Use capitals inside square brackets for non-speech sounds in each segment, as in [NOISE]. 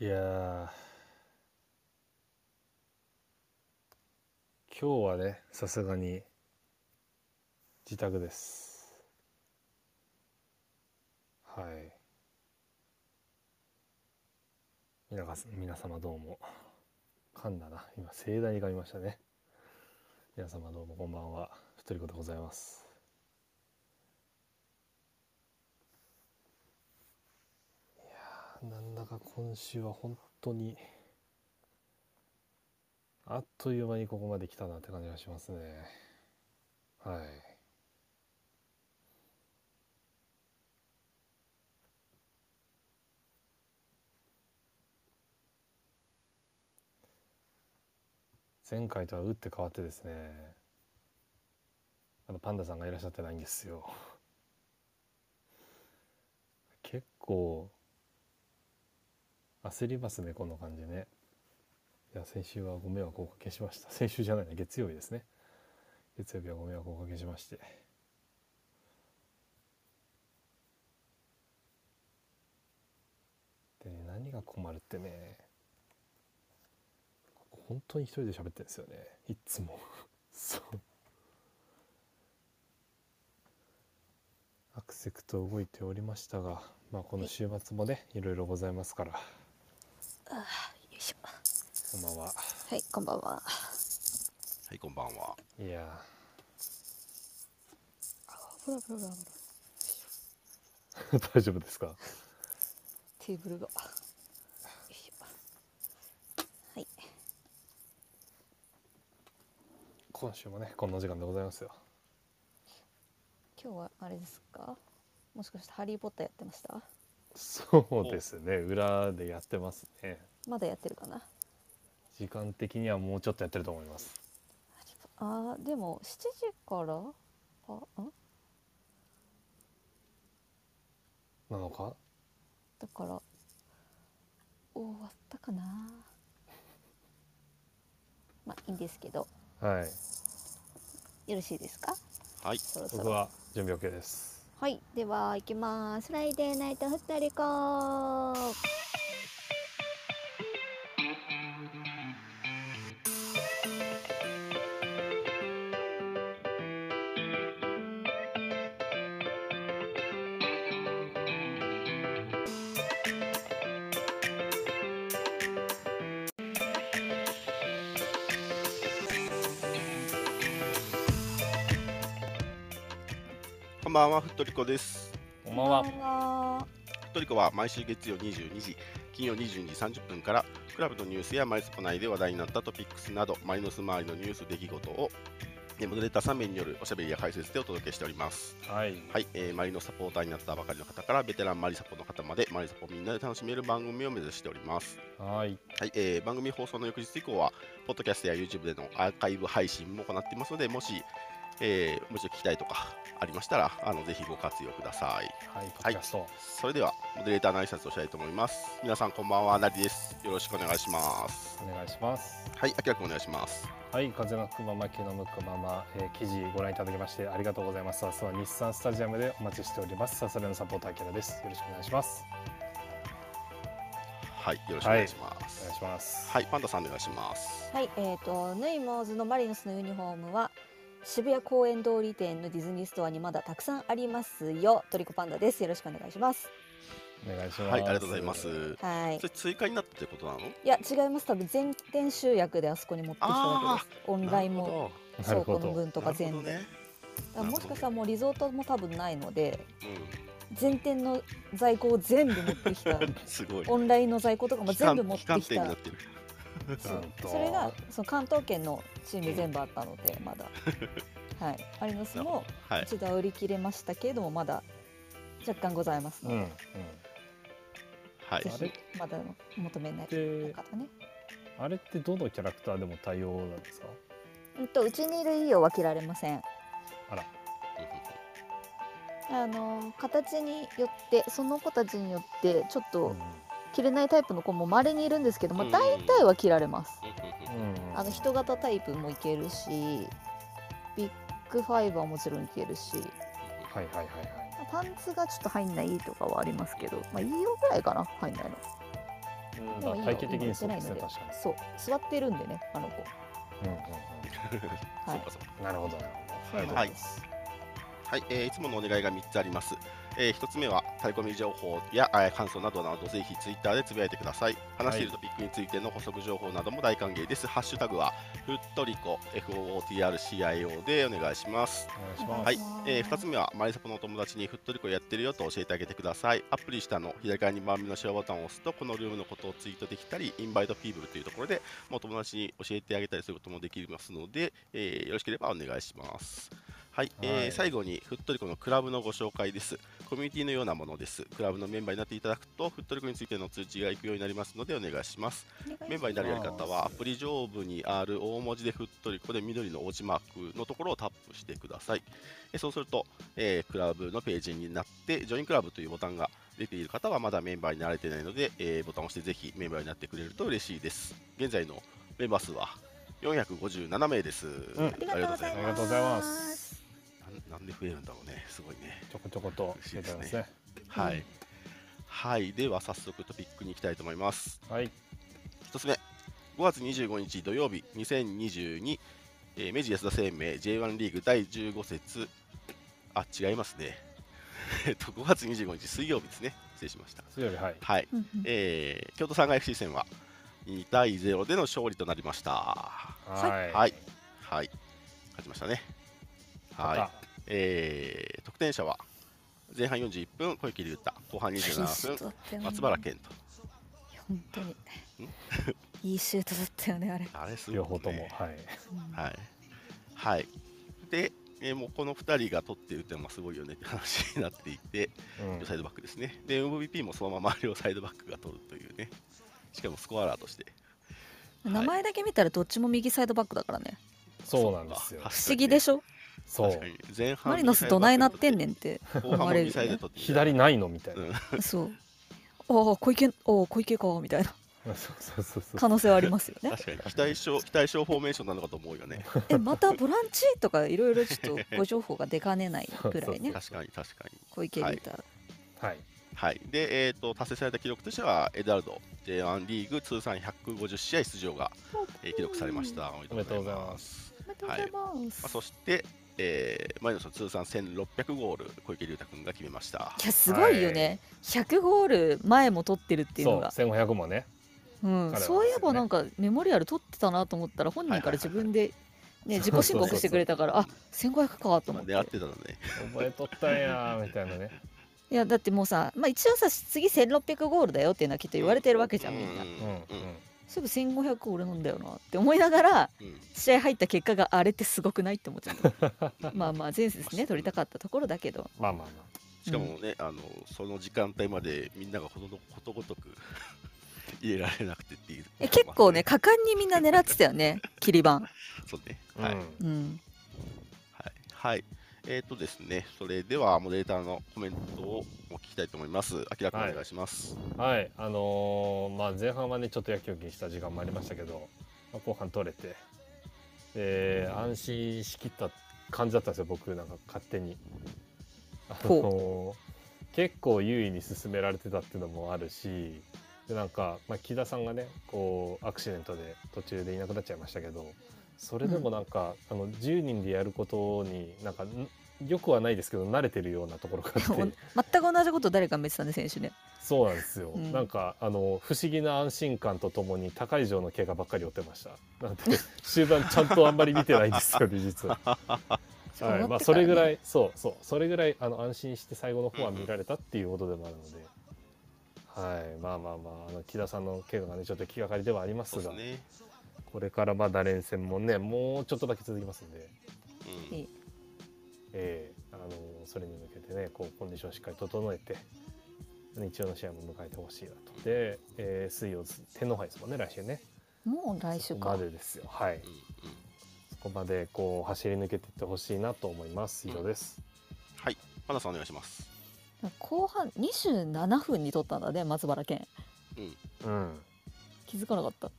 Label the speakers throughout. Speaker 1: いやー今日はねさすがに自宅ですはい皆か皆様どうも噛んだな今盛大に噛みましたね皆様どうもこんばんは一り子でございますなんだか今週は本当にあっという間にここまで来たなって感じがしますねはい前回とは打って変わってですねあのパンダさんがいらっしゃってないんですよ結構焦りますねこの感じねいや先週はご迷惑をおかけしました [LAUGHS] 先週じゃないね月曜日ですね月曜日はご迷惑をおかけしましてでね何が困るってねここ本当に一人で喋ってるんですよねいっつも [LAUGHS] そうアクセクト動いておりましたがまあこの週末もねいろいろございますから
Speaker 2: あーよいしょ
Speaker 1: こんばんは。
Speaker 2: はいこんばんは
Speaker 3: はい、こんばんは。
Speaker 1: いや
Speaker 2: ブラブラブラブラ
Speaker 1: ー、 [LAUGHS] 大丈夫ですか。
Speaker 2: テーブルがよいしょはい
Speaker 1: 今週もね、こんな時間でございますよ。
Speaker 2: 今日はあれですかもしかしてハリーポッターやってました
Speaker 1: そうですね、裏でやってますね。
Speaker 2: まだやってるかなハ
Speaker 1: 時間的にはもうちょっとやってると思います。
Speaker 2: リポあーでも7時からあん
Speaker 1: なのか。
Speaker 2: だから終わったかな [LAUGHS] まあいいんですけど
Speaker 1: はい、
Speaker 2: よろしいですか
Speaker 3: はい、
Speaker 2: そろそ
Speaker 1: 僕
Speaker 2: ろ
Speaker 1: は準備 OK です。
Speaker 2: はいでは行きますフライデーナイトふたりこー
Speaker 3: こんばんは、ふっとりこです。
Speaker 1: こん
Speaker 2: こ
Speaker 1: ばんは。
Speaker 2: は
Speaker 3: ふっとりこは毎週月曜22時、金曜22時30分から、クラブのニュースやマイスポ内で話題になったトピックスなど、マイノス周りのニュース、出来事を、えーモデレーター3名によるおしゃべりや解説でお届けしております。
Speaker 1: はい。
Speaker 3: はい、えー、マリのサポーターになったばかりの方から、ベテランマリサポの方まで、マリサポみんなで楽しめる番組を目指しております。
Speaker 1: はい。
Speaker 3: はい、えー番組放送の翌日以降は、ポッドキャストや YouTube でのアーカイブ配信も行っていますので、もし、えーもう一度聞きたいとかありましたら、あのぜひご活用ください。
Speaker 1: はい、ポッドキャスト。
Speaker 3: それでは、モデレーターの挨拶をしたいと思います。皆さん、こんばんは、なりです。よろしくお願いします。
Speaker 1: お願いします。
Speaker 3: はい、あきらくんお願いします。
Speaker 1: はい、風の吹くまま、気の向くまま、えー記事ご覧いただきまして、ありがとうございます。明日は日産スタジアムでお待ちしております。サスレのサポーターキャラです。よろしくお願いします。
Speaker 3: はい、よろしくお願いしま
Speaker 1: お
Speaker 3: す。
Speaker 1: 願いします。
Speaker 3: はい、パンダさんお願いします。
Speaker 2: はい、えー、とヌイモーズのマリノスのユニフォームは渋谷公園通り店のディズニーストアにまだたくさんありますよトリコパンダですよろしくお願いします
Speaker 1: お願いします。
Speaker 3: はい、ありがとうございます。
Speaker 2: はい
Speaker 3: それ追加になったってことなの
Speaker 2: いや違います多分全店集約であそこに持ってきただけですオンライン
Speaker 3: な
Speaker 2: も
Speaker 3: るほ
Speaker 1: なるほ
Speaker 2: 倉庫の
Speaker 1: ど。
Speaker 2: 分
Speaker 3: ど
Speaker 2: とか全部、
Speaker 3: なる
Speaker 2: だからもしかしたらもうリゾートも多分ないので
Speaker 3: ほどね
Speaker 2: 全店の在庫を全部持ってき
Speaker 3: [LAUGHS]
Speaker 2: た
Speaker 3: うん、すごい。
Speaker 2: オンラインの在庫とかも全部持ってきた
Speaker 3: 期間期間店になってる。
Speaker 2: そう
Speaker 1: なんと
Speaker 2: それがその関東圏のチーム全部あったのでま
Speaker 3: [LAUGHS]
Speaker 2: だはいマリノスも
Speaker 3: はい。
Speaker 2: 一度は売り切れましたけれどもまだ若干ございますの
Speaker 1: うん、
Speaker 2: で、
Speaker 1: うん。
Speaker 3: はい
Speaker 2: ぜ。
Speaker 1: あれ
Speaker 2: ひまだの求めない
Speaker 1: で、
Speaker 2: 方ね、
Speaker 1: あれってどのキャラクターでも対応なんですか。
Speaker 2: うん、とうちにいる以上は着られません
Speaker 1: あら、
Speaker 2: あの形によってその子たちによってちょっ
Speaker 1: う
Speaker 2: と
Speaker 1: ん
Speaker 2: 着れないタイプの子もまれにいるんですけど、まあ、
Speaker 3: うん
Speaker 2: 大体は着られます、
Speaker 1: うん
Speaker 2: あの人型タイプもいけるしビッグファイブはもちろんいけるし
Speaker 1: はいはいはいはい。
Speaker 2: パンツがちょっと入んないとかはありますけど、まあ、いいよぐらいかな入んないの
Speaker 1: う
Speaker 2: でもいいよ
Speaker 1: 体型的にそう
Speaker 2: 今
Speaker 1: です
Speaker 2: 言ってない
Speaker 1: ね
Speaker 2: ので
Speaker 1: 確か
Speaker 2: そう座ってるんでねあの子
Speaker 1: に、うんうん
Speaker 2: は
Speaker 3: そ
Speaker 2: いう
Speaker 3: かそうか
Speaker 1: うん、なるほどなるほど
Speaker 3: はい
Speaker 2: そうなんです
Speaker 3: はい、えーいつものお願いが3つあります。え1つ目は、タレコミ情報や、えー感想などなど、ぜひツイッターでつぶやいてください。話しているトピックについての補足情報なども大歓迎です。ハッシュタグは、ふっとりこ、FOOTRCIO でお願いします。
Speaker 1: お願いします、
Speaker 3: はい、え2つ目は、マリサポのお友達にふっとりこやってるよと教えてあげてください。アプリ下の左側2番目のシェアボタンを押すと、このルームのことをツイートできたり、インバイトピーブルというところで、もう友達に教えてあげたりすることもできますので、えーよろしければお願いします。はい、
Speaker 1: は
Speaker 3: えー
Speaker 1: い
Speaker 3: 最後にふっとりこのクラブのご紹介です。コミュニティのようなものです。クラブのメンバーになっていただくと、ふっとりこについての通知が行くようになりますのでお願いします。メンバーになるやり方は、アプリ上部にある大文字でふっとりこで緑の文字マークのところをタップしてください。えそうすると、えークラブのページになって、ジョインクラブというボタンが出ている方はまだメンバーになれていないので、えーボタンを押してぜひメンバーになってくれると嬉しいです。現在のメンバー数は457名です。
Speaker 1: ん
Speaker 2: ありがとうございます
Speaker 1: ありがとうございます
Speaker 3: なんなんで増えるんだろうね、すごいね。
Speaker 1: ちょこちょこと出てますね
Speaker 3: はい、
Speaker 2: うん
Speaker 3: はい、では早速トピックに行きたいと思います。
Speaker 1: はい
Speaker 3: 1つ目、5月25日土曜日、2022、えー明治安田生命 J1 リーグ第15節、あ、違いますね。えっと、5月25日水曜日ですね。失礼しました。
Speaker 1: 水曜日はい
Speaker 3: はい、
Speaker 2: うんうん
Speaker 3: えー京都サンガ FC 戦は2対0での勝利となりました。は
Speaker 1: はい
Speaker 3: い、はい、勝ちましたね。はい。
Speaker 1: ま
Speaker 3: えー得点者は前半41分小池龍太後半27分松原健と
Speaker 2: 本当にいいシュートだったよねあれ、
Speaker 3: あれす
Speaker 1: た
Speaker 3: ごい、ね、
Speaker 1: 両方ともはい
Speaker 2: うん
Speaker 3: はい、はい、で、えーもうこの2人が取って打ってもすごいよねって話になっていて
Speaker 1: うん
Speaker 3: 両サイドバックですねで MVP もそのまま両サイドバックが取るというねしかもスコアラーとして
Speaker 2: 名前だけ見たらどっちも右サイドバックだからね
Speaker 1: そうなんですよ
Speaker 3: そっか
Speaker 2: 不思議でしょ
Speaker 1: そう
Speaker 3: 確かに前半
Speaker 2: マリノスどないなってんね
Speaker 3: ん
Speaker 2: んって
Speaker 3: 後半も右サイドで取ってみたい
Speaker 1: 左ないのみたいな、
Speaker 3: うん
Speaker 2: そうああ小池ああ小池かみたい
Speaker 3: [LAUGHS]
Speaker 1: [LAUGHS]
Speaker 2: な
Speaker 1: そうそうそうそう
Speaker 2: 可能性はありますよね
Speaker 3: 確かに非
Speaker 2: [LAUGHS]
Speaker 3: 対称非対称フォーメーションなのかと思うよね
Speaker 2: えまたボランチとかいろいろちょっとご情報が出かねないぐらいね
Speaker 3: 確かに確かに
Speaker 2: 小池リーダー
Speaker 1: はい
Speaker 3: はい、で、えー、と達成された記録としては、エドアルド J1 リーグ通算150試合出場が、えー記録されました。おめでとうございます。
Speaker 2: おめでとうございます、
Speaker 3: まあ、そして、えー、マリノスの通算1600ゴール、小池龍太君が決めました。
Speaker 2: いやすごいよね、100ゴール前も取ってるっていう
Speaker 1: そう
Speaker 2: のが
Speaker 1: 1500もね
Speaker 2: う
Speaker 1: 彼は
Speaker 2: ん、
Speaker 1: ですよ
Speaker 2: そういえば
Speaker 1: ね
Speaker 2: なんかメモリアル取ってたなと思ったら本人から自分で、ね、
Speaker 1: はいはい
Speaker 2: 自己申告してくれたからあ1500かと思
Speaker 3: まあ
Speaker 2: って
Speaker 3: 狙ってたのね。
Speaker 1: 覚えとったんやーみたいなね
Speaker 2: いやだってもうさ、まあ、一応さ次1600ゴールだよっていうのはきっと言われてるわけじゃんみんな
Speaker 1: うんうん
Speaker 2: すぐ1500俺なんだよなって思いながら
Speaker 3: うんうん
Speaker 2: 試合入った結果があれってすごくないって思っちゃった
Speaker 1: [LAUGHS]
Speaker 2: まあまあ前節ね
Speaker 3: そう
Speaker 2: 取りたかったところだけど
Speaker 1: まあまあま
Speaker 3: しかもね、あのその時間帯までみんながほとんどことごとく [LAUGHS] 入れられなくてっていう。
Speaker 2: え結構ね果敢にみんな狙ってたよ
Speaker 1: [LAUGHS]
Speaker 2: ね切り板
Speaker 3: そうね。
Speaker 1: あ、
Speaker 3: はい。
Speaker 1: うん
Speaker 2: うん
Speaker 3: はい、はい、えっ、とですね、それではモデレーターのコメントをお聞きしたいと思います。あきらくんお
Speaker 1: はい
Speaker 3: 願いします。
Speaker 1: はいあのーまあ、前半はねちょっとやきよきした時間もありましたけど、まあ、後半取れてで安心しきった感じだったんですよ僕なんか勝手に。あのー結構優位に進められてたっていうのもあるしでなんか、まあ、木田さんがねこうアクシデントで途中でいなくなっちゃいましたけどそれでもなんか、あの10人でやることになんかんよくはないですけど慣れてるようなところがあ
Speaker 2: [LAUGHS]
Speaker 1: っ
Speaker 2: お
Speaker 1: て
Speaker 2: 全。く同じこと誰か見てたね選手ね
Speaker 1: そうなんですよ、
Speaker 2: うん
Speaker 1: なんかあの不思議な安心感とともに高い上の怪我ばっかり負ってましたなので終盤ちゃんとあんまり見てないんですよね実は、はいまあ、それぐらいそうそうそれぐらいあの安心して最後の方は見られたっていうことでもあるので、はいまあまあまああの木田さんの怪我がねちょっと気がかりではあります
Speaker 3: そう
Speaker 1: が
Speaker 3: ですね。
Speaker 1: これからまだ連戦もねもうちょっとだけ続きますんで、
Speaker 3: うん、
Speaker 2: いい
Speaker 1: ええあのそれに向けてねこうコンディションをしっかり整えて日曜の試合も迎えてほしいなとで、えー水曜天皇杯ですもんね来週ね
Speaker 2: もう来週
Speaker 1: そこ
Speaker 2: か
Speaker 1: までですよはい
Speaker 3: うんうん
Speaker 1: そこまでこう走り抜けていってほしいなと思います以上です、
Speaker 3: はい、パナさんお願いします。
Speaker 2: 後半27分に取ったんだね松原健
Speaker 1: うん
Speaker 2: 気づかなかった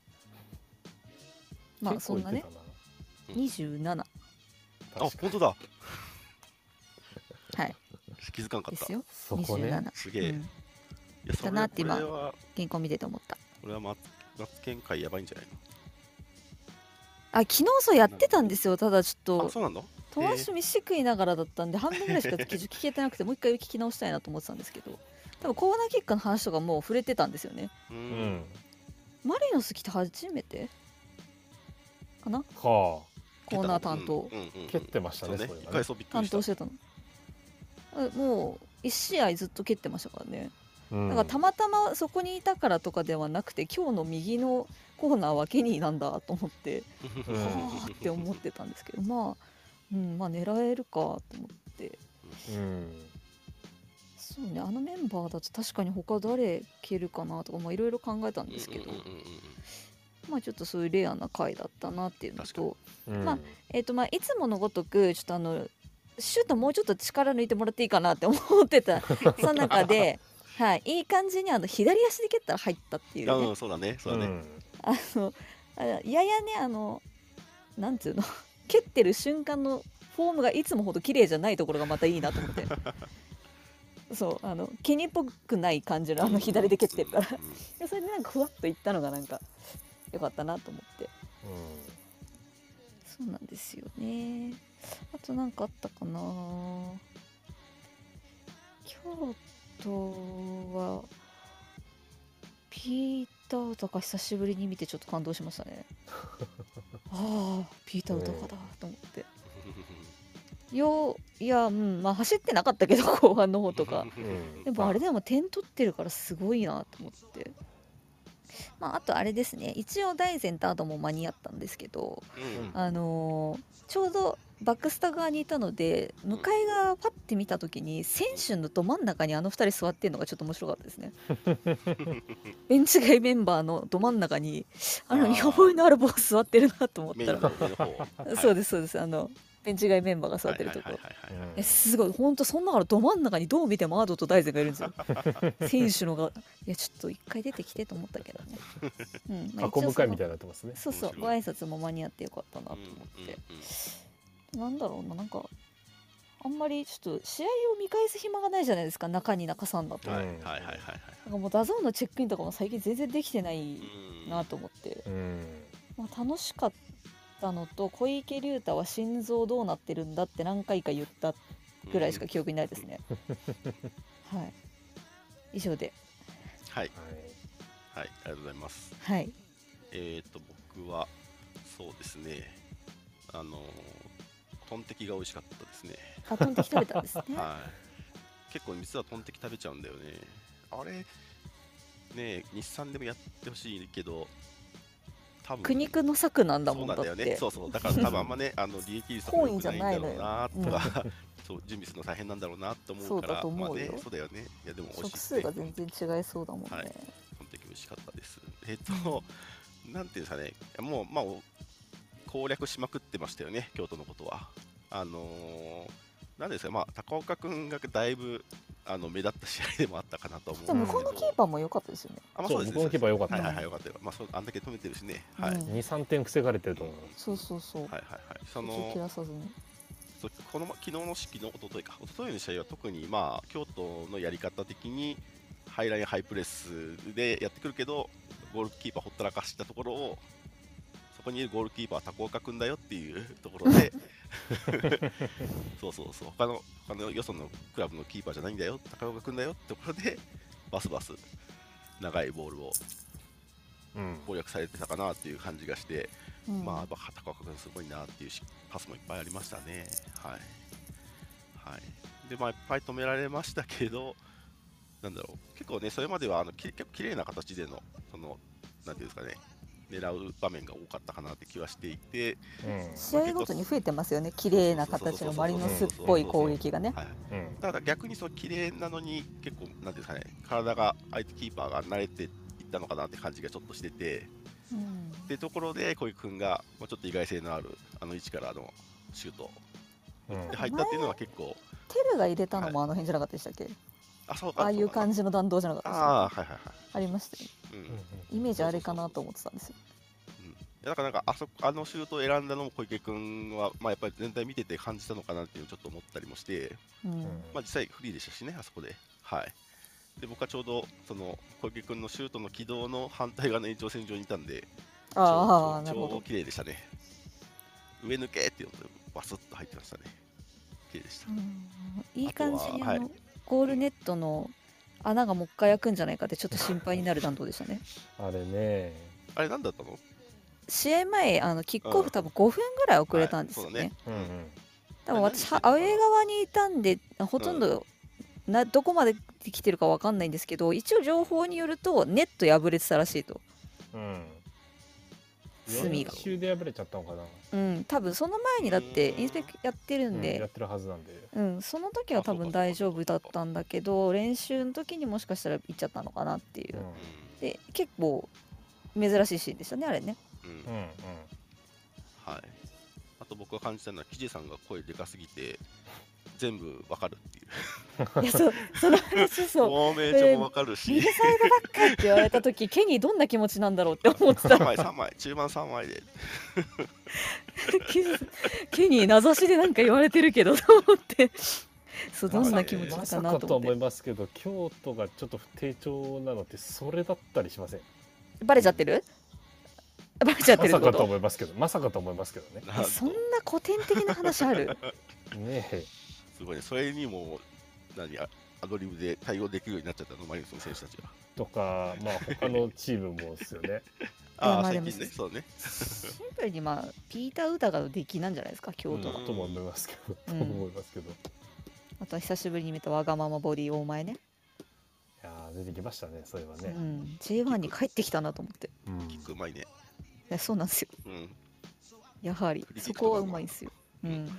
Speaker 2: まあ
Speaker 1: 結
Speaker 2: そ
Speaker 1: 構
Speaker 2: ん
Speaker 1: いっ
Speaker 2: な
Speaker 1: て
Speaker 2: ね
Speaker 1: たな
Speaker 3: たな
Speaker 2: 27
Speaker 3: あ、
Speaker 1: 確か
Speaker 3: 本当だ。
Speaker 2: [LAUGHS] はい
Speaker 3: 気づかんか
Speaker 2: で
Speaker 3: った
Speaker 2: す。よ
Speaker 1: そこね
Speaker 2: 27
Speaker 3: すげえ。
Speaker 2: うん
Speaker 3: いやそれ
Speaker 2: だなって今
Speaker 3: これは
Speaker 2: 原稿見てて思った
Speaker 3: これはママツケン会やばいんじゃない
Speaker 2: あ昨日そうやってたんですよただちょっ
Speaker 3: のあ
Speaker 2: と
Speaker 3: そうなの
Speaker 2: 戸
Speaker 3: へえ
Speaker 2: しみしくいながらだったんで半分ぐらいしか記事聞けてなくてもう一回聞き直したいなと思ってたんですけど多分コーナーキッカーの話とかもう触れてたんですよね
Speaker 3: う
Speaker 1: うんん。
Speaker 2: マリノス来て初めてかな
Speaker 1: は
Speaker 2: コーナー担当
Speaker 3: うんうんうんうん
Speaker 1: あ、蹴ってました
Speaker 3: そう
Speaker 1: ね、
Speaker 3: ね
Speaker 1: そうい
Speaker 3: 一
Speaker 1: うのね
Speaker 3: 回そうびっくり
Speaker 2: 担
Speaker 3: した
Speaker 2: 当してたのあもう1試合ずっと蹴ってましたからね
Speaker 1: うん
Speaker 2: だからたまたまそこにいたからとかではなくて今日の右のコーナーはケニーなんだと思って
Speaker 1: うん
Speaker 2: はあって思ってたんですけどまあ、うん、まあ狙えるかと思って
Speaker 1: うん。
Speaker 2: そうねあのメンバーだと確かに他誰蹴るかなとかまあいろいろ考えたんですけど、
Speaker 3: うんうんうんうん
Speaker 2: まあちょっとそういうレアな回だったなっていうの
Speaker 3: 確かに
Speaker 2: と,、
Speaker 1: うん
Speaker 2: まあえー、とまあいつものごとくちょっとあのシュートもうちょっと力抜いてもらっていいかなって思ってたさなかで。はい、いい感じにあの左足で蹴ったら入ったっていう、ね、
Speaker 3: うんうんそうだねそうだね、
Speaker 2: あのあややねあのなんていうの蹴ってる瞬間のフォームがいつもほど綺麗じゃないところがまたいいなと思ってそうあのケニーっぽくない感じのあの左で蹴ってるから
Speaker 3: うんうんうん
Speaker 2: でそれでなんかふわっといったのがなんか良かったなと思って
Speaker 1: う
Speaker 2: そうなんですよねあとなんかあったかな京都はピーター・ウタカ久しぶりに見てちょっと感動しましたねああピーター・ウタカだと思って、よういやうんまあ走ってなかったけど [LAUGHS] 後半の方と
Speaker 3: [LAUGHS]
Speaker 2: か
Speaker 1: んうん。
Speaker 2: やっぱあれでも点取ってるからすごいなと思ってまああとあれですね一応大前とアドも間に合ったんですけど
Speaker 3: うん
Speaker 2: あのーちょうどバックスタ側にいたので向かい側パッて見た時に選手のど真ん中にあの2人座ってるのがちょっと面白かったですね [LAUGHS] ベンチ外メンバーのど真ん中にあの
Speaker 3: あー
Speaker 2: 見覚えのある棒座ってるなと思っ
Speaker 3: メイ
Speaker 2: た
Speaker 3: ンの
Speaker 2: ら
Speaker 3: 上の方はい
Speaker 2: [LAUGHS] そうですそうですあのベンチ外メンバーが座ってるとこ
Speaker 3: はいはいはいはい
Speaker 2: えすごい本当そんなからど真ん中にどう見てもアードと大然がいるんです
Speaker 3: [LAUGHS]
Speaker 2: よ選手のがいやちょっと一回出てきてと思ったけどね、うんまあ
Speaker 1: 箱深いみ
Speaker 2: 一応
Speaker 1: たいになってますね。
Speaker 2: そのそうそうご挨拶も間に合ってよかったなと思って、
Speaker 3: うんうんうん
Speaker 2: なんだろうな、なんか、あんまりちょっと試合を見返す暇がないじゃないですか、中に中さんだと。
Speaker 1: うん
Speaker 2: な
Speaker 3: は
Speaker 2: ん
Speaker 3: いはいはいはいはい。
Speaker 2: かもう、ダゾーンのチェックインとかも最近全然できてない
Speaker 3: うん
Speaker 2: なと思って、
Speaker 1: うん。
Speaker 2: まあ、楽しかったのと、小池龍太は心臓どうなってるんだって何回か言ったぐらいしか記憶にない
Speaker 3: [LAUGHS]
Speaker 2: ですね。はい。以上で。
Speaker 3: はい
Speaker 1: はい。
Speaker 3: はいありがとうございます。
Speaker 2: はい。
Speaker 3: えっと僕はそうですねあのートンテキが美味しかったですね。
Speaker 2: あ、トンテキ食べたんですね。
Speaker 3: はい。結構実はトンテキ食べちゃうんだよね。あれねえ日産でもやってほしいけど多分
Speaker 2: 苦肉の策なんだ
Speaker 3: そ
Speaker 2: も
Speaker 3: うんな
Speaker 2: だ
Speaker 3: んだよ
Speaker 2: っ
Speaker 3: ね
Speaker 2: て。
Speaker 3: そうそうだから多分あん
Speaker 2: [LAUGHS]
Speaker 3: まねあの利益率とかも良くないんだろうなとか、そう準備するの大変なんだろうなと思うから
Speaker 2: そうだと思うよ
Speaker 3: まあね、そうだよねいやでも美味しい
Speaker 2: 食数が全然違いそうだもんね。
Speaker 3: はい本当に美味しかったですえっ、と [LAUGHS] なんていうんですかねもうまあお攻略しまくってましたよね京都のことはあのーなんですかまあ高岡君がだいぶあの目立った試合でもあったかなと思うん
Speaker 2: でも、向こうのキーパーも良かったですよね。
Speaker 3: あ、まあ、
Speaker 1: そ、
Speaker 3: そううです
Speaker 1: 向こうの
Speaker 3: ね
Speaker 1: キーパー良かっ
Speaker 3: は
Speaker 1: た
Speaker 3: いはい
Speaker 1: な。
Speaker 3: はい、よかったよ。まあ、そうあんだけ止めてるしね。は
Speaker 2: う
Speaker 3: い。はい
Speaker 2: ん
Speaker 1: 2、3点防がれてると思います。
Speaker 2: そうそうそう。
Speaker 3: はいはい。その、
Speaker 2: 切らさずに。
Speaker 3: そうこのま昨日の式の一昨日か一昨日の試合は特にまあ京都のやり方的にハイラインハイプレスでやってくるけどゴールキーパーほったらかしたところをそこにいるゴールキーパーは高岡君だよっていう [LAUGHS] ところでそうそうそう他の他のよそのクラブのキーパーじゃないんだよ高岡君だよってところでバスバス長いボールを
Speaker 1: うん。
Speaker 3: 攻略されてたかなっていう感じがして、
Speaker 2: うん
Speaker 3: まあ、やっぱ高岡君すごいなっていうしパスもいっぱいありましたね。はい。はい。で、まあ、いっぱい止められましたけど、なんだろう、結構ね、それまではあのき結構綺麗な形での、その、なんていうんですかね、狙う場面が多かったかなって気はしていて、
Speaker 2: 試合ごとに増えてますよね綺麗な形のマリノスっぽい攻撃がね
Speaker 3: はい。
Speaker 1: うん。
Speaker 3: ただ逆にその綺麗なのに、結構、なんていうんですかね、体が、相手キーパーが慣れていったのかなって感じがちょっとしてて、
Speaker 2: うん
Speaker 3: ってところで小池君が、まあ、ちょっと意外性のあるあの位置からのシュート
Speaker 1: うん
Speaker 3: で入ったっていうのは結構
Speaker 2: テルが入れたのもあの辺じゃなかったでしたっけ
Speaker 3: あそう
Speaker 2: ああいう感
Speaker 3: じ
Speaker 2: じの弾道じゃなかったでした
Speaker 3: ああはいはいは
Speaker 2: ありましたよね
Speaker 3: い、うん
Speaker 2: イメージあれかなと思ってたんですよ
Speaker 3: うんだからなんかあそこあのシュートを選んだのも小池君は、まあ、やっぱり全体見てて感じたのかなっていうのをちょっと思ったりもして、
Speaker 2: うん
Speaker 1: うん
Speaker 3: まあ、実際フリーでしたしねあそこではいで僕はちょうどその小池君のシュートの軌道の反対側の延長線上にいたんで、
Speaker 2: ああ、
Speaker 3: 超
Speaker 2: なる
Speaker 3: 超
Speaker 2: ほ
Speaker 3: 超
Speaker 2: ど。
Speaker 3: 綺麗でしたね。上抜けっていうのでバスッと入ってましたね。綺麗でした
Speaker 2: う。んいい感じに
Speaker 3: あとは
Speaker 2: あの、ゴールネットの穴がもう一回開くんじゃないかってちょっと心配になる弾道でしたね。
Speaker 1: あれね
Speaker 3: あれ何だったの？
Speaker 2: 試合前、あのキックオ
Speaker 3: うん
Speaker 2: フ多分5分ぐらい遅れたんですよ
Speaker 3: はいそうだ
Speaker 2: ね
Speaker 3: ね。
Speaker 1: うん
Speaker 2: 多分私、
Speaker 3: あれ
Speaker 2: アウ
Speaker 3: 何
Speaker 2: ェー側にいたんで、ほとんど、などこまで来てるかわかんないんですけど、一応情報によると、ネット破れてたらしいと。
Speaker 1: うんう
Speaker 2: 隅
Speaker 1: ん
Speaker 2: が
Speaker 1: 練習で破れちゃったのかな、
Speaker 2: うん、多分その前にだって
Speaker 3: うん
Speaker 2: インスペクやってる
Speaker 1: うんん、やっ
Speaker 2: で、
Speaker 1: てるはずなんで
Speaker 2: うん、その時は多
Speaker 3: あそう
Speaker 2: 分
Speaker 3: か
Speaker 2: 大丈夫だったんだけど練習の時にもしかしたら行っちゃったのかなっていうう、
Speaker 1: ん
Speaker 2: で結構珍しいシーンでしたねあれ
Speaker 3: [LAUGHS]
Speaker 2: ね
Speaker 3: うんうん
Speaker 1: うんうん
Speaker 3: はい。あと僕が感じたのはキジさんが声でかすぎて全部わかるっていう。
Speaker 2: いやそその話
Speaker 3: [LAUGHS]
Speaker 2: そう
Speaker 3: 透明ちゃんもわかるし
Speaker 2: 右。サイドバッカーって言われた時ケニーどんな気持ちなんだろうって思ってた
Speaker 3: 3枚3枚中盤3枚で
Speaker 2: ケケニー名指しでなんか言われてるけどと [LAUGHS] 思ってそうどんな気持ち
Speaker 1: ま
Speaker 2: か
Speaker 1: さか
Speaker 2: な
Speaker 1: と
Speaker 2: と思
Speaker 1: 思
Speaker 2: っ
Speaker 1: い
Speaker 2: て
Speaker 1: ますけど京都がちょっと不定調なのってそれだったりしません
Speaker 2: バレちゃってるバレちゃっ
Speaker 1: ま
Speaker 2: てるっ
Speaker 1: さ
Speaker 2: てこ
Speaker 1: かと
Speaker 2: と
Speaker 1: 思いますけどまさかと思いますけどね
Speaker 3: なんと
Speaker 2: そんな古典的な話ある
Speaker 1: ねえ
Speaker 3: すごいねそれにも何あアドリブで対応できるようになっちゃったのマリノスの選手たちは
Speaker 1: とかまあ他のチームもですよね
Speaker 3: あ
Speaker 2: ま
Speaker 3: あ
Speaker 2: あ
Speaker 3: 最
Speaker 2: でも
Speaker 3: 近ねそうね
Speaker 2: シンプルにまあピーター・ウタガの出来なんじゃないですか京都
Speaker 1: と
Speaker 2: が、
Speaker 1: かとも思いますけど、
Speaker 2: うん
Speaker 1: と思いますけどい
Speaker 2: あとは久しぶりに見たわがままボディ大前ね
Speaker 1: やー出てきましたねそれは
Speaker 2: う
Speaker 1: ね、
Speaker 2: ん、J1 に帰ってきたなと思ってい
Speaker 1: うん
Speaker 3: キックうまいね
Speaker 2: やそうなんですよ
Speaker 3: うん
Speaker 2: やはり
Speaker 3: フリーキ
Speaker 2: そ
Speaker 3: ックと
Speaker 2: こ
Speaker 3: か
Speaker 2: は
Speaker 3: も
Speaker 2: うまいんですよ、うん、
Speaker 3: はい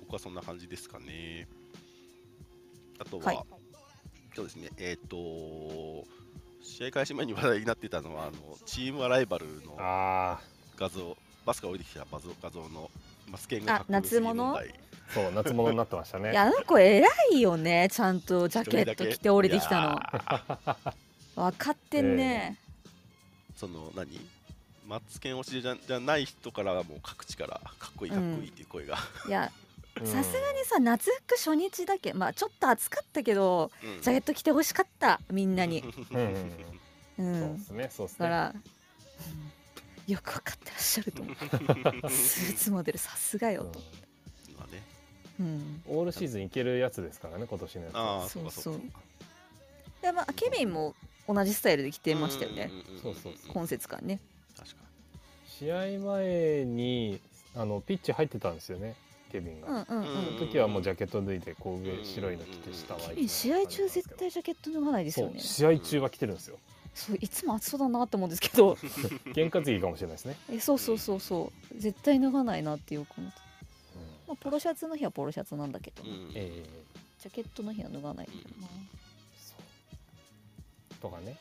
Speaker 3: 僕はそんな感じですかねあとは、
Speaker 2: はい
Speaker 3: そうですねえっ、と試合開始前に話題になってたのはあのチームアライバルの
Speaker 1: ああ
Speaker 3: 画像バスが降りてきた画像画像のマスケン
Speaker 2: あ
Speaker 3: がかっこよすぎ
Speaker 2: 夏物
Speaker 3: 問題
Speaker 1: そう夏物になってましたね
Speaker 2: いやあの子偉いよねちゃんとジャケット着て降りてきた
Speaker 3: い
Speaker 2: の
Speaker 3: やー
Speaker 2: 分かってんね、
Speaker 3: その何マツケン推しじゃじゃない人からはもう各地からかっこいいかっこいいっていう声が、
Speaker 2: いや
Speaker 1: うん
Speaker 2: さすがにさ夏服初日だけまあちょっと暑かったけど
Speaker 3: うん
Speaker 2: ジャケット着てほしかったみんなに
Speaker 1: うんうんうん
Speaker 2: う
Speaker 1: そうで
Speaker 2: ん
Speaker 1: すねそうです
Speaker 2: だ
Speaker 1: ね
Speaker 2: から、うんよく分かってらっしゃると思うスーツモデルさすがよと、
Speaker 3: まあね
Speaker 2: うん、
Speaker 1: うんオールシーズンいけるやつですからね今年のやつは
Speaker 3: ああそ
Speaker 2: そうう
Speaker 3: かそう
Speaker 2: そ
Speaker 3: か
Speaker 2: うでまあケビンも同じスタイルで着てましたよね、
Speaker 3: んんんん
Speaker 1: そうそうそ
Speaker 2: 今節間ね
Speaker 3: 確か
Speaker 1: 試合前にあのピッチ入ってたんですよねケビンが、
Speaker 2: うんうんうん、
Speaker 3: うん
Speaker 1: その時はもうジャケット脱いでこう
Speaker 3: う
Speaker 1: 上
Speaker 3: ん
Speaker 1: 白いの着て下は
Speaker 3: ケ
Speaker 1: い
Speaker 2: ケビン試合中絶対ジャケット脱がないです
Speaker 1: そ
Speaker 2: よ
Speaker 1: う
Speaker 2: ねそう
Speaker 1: 試合中は着てるんですよ
Speaker 2: いつも暑そうだなって思うんですけど
Speaker 1: 験担ぎかもしれないですね、
Speaker 2: えそうそうそうそう絶対脱がないなってよく思って、
Speaker 1: う
Speaker 2: まあ、ポロシャツの日はポロシャツなんだけど、
Speaker 3: に、う
Speaker 1: ん、え
Speaker 3: ん
Speaker 1: え
Speaker 2: ジャケットの日は脱がないんだよな、
Speaker 1: そうとかね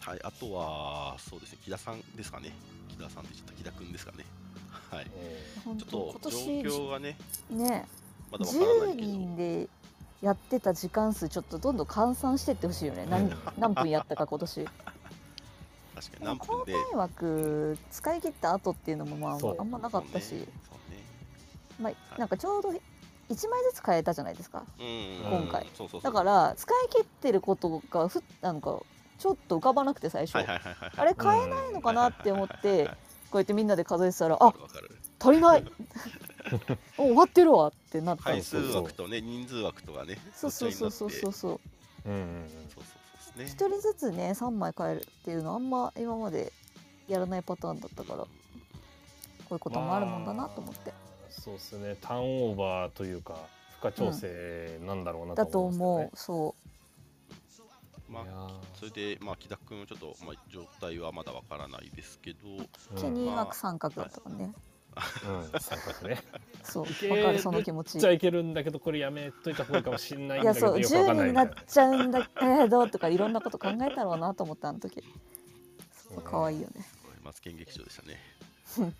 Speaker 3: はいあとはそうですね木田さんですかね木田さんでした木田君ですかねはい
Speaker 1: え
Speaker 2: 本
Speaker 3: ち
Speaker 2: 当
Speaker 3: ょ
Speaker 2: 今
Speaker 3: っと状況
Speaker 2: 年
Speaker 3: がね
Speaker 2: ね
Speaker 3: まだわからな
Speaker 2: 10
Speaker 3: いけど
Speaker 2: 人でやってた時間数ちょっとどんどん換算してってほしいよね何何分やったか今年
Speaker 3: 確かに
Speaker 2: でも
Speaker 3: 何分
Speaker 2: 交
Speaker 3: で
Speaker 2: 代枠使い切った後っていうのもま
Speaker 1: そう
Speaker 2: ああんまなかったし、
Speaker 3: そうね
Speaker 2: まあ、なんかちょうど1枚ずつ変えたじゃないですか
Speaker 3: そうねうん
Speaker 1: 今回
Speaker 3: そうそうそう
Speaker 2: だから使い切ってることがふなんかちょっと浮かばなくて最初、
Speaker 3: はいはいはいはい
Speaker 2: あれ変えないのかなって思っ
Speaker 3: はいはい
Speaker 2: て
Speaker 3: はい
Speaker 2: こうやってみんなで数えてたら
Speaker 3: わ
Speaker 2: あ
Speaker 3: かるわかる
Speaker 2: 足りない
Speaker 3: [LAUGHS]
Speaker 2: お終わってるわってなったん
Speaker 3: 回
Speaker 2: です
Speaker 3: 数
Speaker 2: よ
Speaker 3: 枠とね人数枠とかね
Speaker 2: そうそうそうそうそう
Speaker 3: ごっち
Speaker 2: そう
Speaker 1: えうんうん
Speaker 3: ゃになってそ
Speaker 2: 一
Speaker 3: うそうそう
Speaker 2: 人ずつ
Speaker 3: ですね
Speaker 2: ね3枚変えるっていうのあんま今までやらないパターンだったからこういうこともあるもんだなと思って、
Speaker 1: まあそうですねターンオーバーというか負荷調整なんだろうな
Speaker 2: だと
Speaker 1: と思うん
Speaker 2: 思
Speaker 1: で
Speaker 2: うそ
Speaker 1: すけどね
Speaker 3: まあそれでまあ木田君はちょっとまあ状態はまだわからないですけど
Speaker 2: う
Speaker 1: いや
Speaker 2: ケ
Speaker 1: ー
Speaker 2: ニー枠三角だったもんね
Speaker 1: うんうん三角
Speaker 2: [LAUGHS]
Speaker 1: ね
Speaker 2: そう
Speaker 1: いけ
Speaker 2: わかるその気持ち
Speaker 1: めっちゃいけるんだけどこれやめといた方がいいかもしんないん
Speaker 2: い
Speaker 1: だ
Speaker 2: や
Speaker 1: け
Speaker 2: そう
Speaker 1: どよくわかん
Speaker 2: 10人
Speaker 1: ない
Speaker 2: に
Speaker 1: み
Speaker 2: な
Speaker 1: たい
Speaker 2: っちゃうんだけどとかいろんなこと考えたろうなと思ったあの時そこ可愛いよね
Speaker 3: すごいマツケン劇場でしたね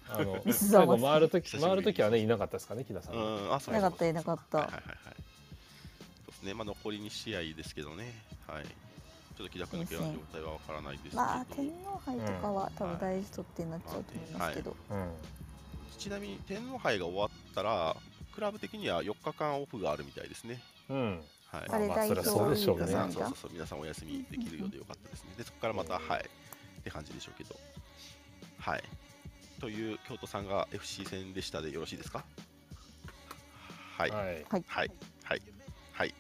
Speaker 1: なあの
Speaker 2: [LAUGHS] ミス
Speaker 1: 最
Speaker 2: ザー
Speaker 1: 後
Speaker 2: マス
Speaker 1: 回る時
Speaker 3: 久しぶり
Speaker 1: 回る時はねいなかったですかね木田さ
Speaker 3: うん
Speaker 1: ね
Speaker 3: んあそう
Speaker 2: なかったいなかった
Speaker 3: はいはいはいはいそうですねまあ残り2試合ですけどねはいちょっと木田君の怪我の状態はわからないですけど
Speaker 2: まあ天皇杯とかは多
Speaker 3: は
Speaker 2: 分
Speaker 3: い
Speaker 2: 大事とってになっちゃうと思いますけど、
Speaker 1: うん
Speaker 3: ちなみに天皇杯が終わったらクラブ的には4日間オフがあるみたいですね
Speaker 1: うん
Speaker 3: はい
Speaker 1: ま
Speaker 2: あれ
Speaker 1: まあ
Speaker 2: 代
Speaker 1: そり
Speaker 2: 表
Speaker 1: ゃそうでしょうね
Speaker 3: 皆さん、
Speaker 2: そ
Speaker 3: そう
Speaker 2: う
Speaker 3: そうそう、皆さんお休みできるようでよかったですね。で、そこからまた、はい、って感じでしょうけど。はい。という京都さんが FC 戦でしたでよろしいですかはい。はい。
Speaker 1: はい。
Speaker 2: はい、
Speaker 3: はい。はい。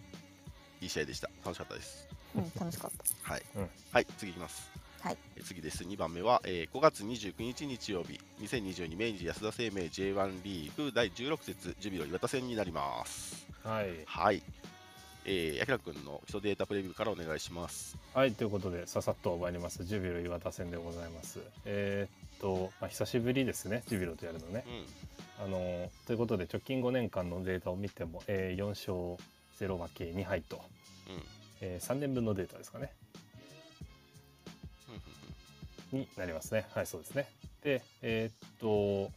Speaker 3: いい試合でした。楽しかったです。
Speaker 2: うん、楽しかった
Speaker 3: はい、
Speaker 1: うん
Speaker 3: はい、次いきます。
Speaker 2: はい
Speaker 3: え、次です。2番目は、えー5月29日日曜日、2022明治安田生命 J1 リーグ第16節ジュビロ磐田戦になります。
Speaker 1: はい。
Speaker 3: はい。えー、あきらくんの基礎データプレビューからお願いします。
Speaker 1: はい、ということで、ささっと終わります。ジュビロ磐田戦でございます。えーっと、まあ、久しぶりですね、ジュビロとやるのね
Speaker 3: う。ん。
Speaker 1: あのーということで、直近5年間のデータを見ても、えー4勝0分け2敗と、
Speaker 3: うん。うん
Speaker 1: え3年分のデータですかね。になりますね。はい、そうですね。で、えーっと、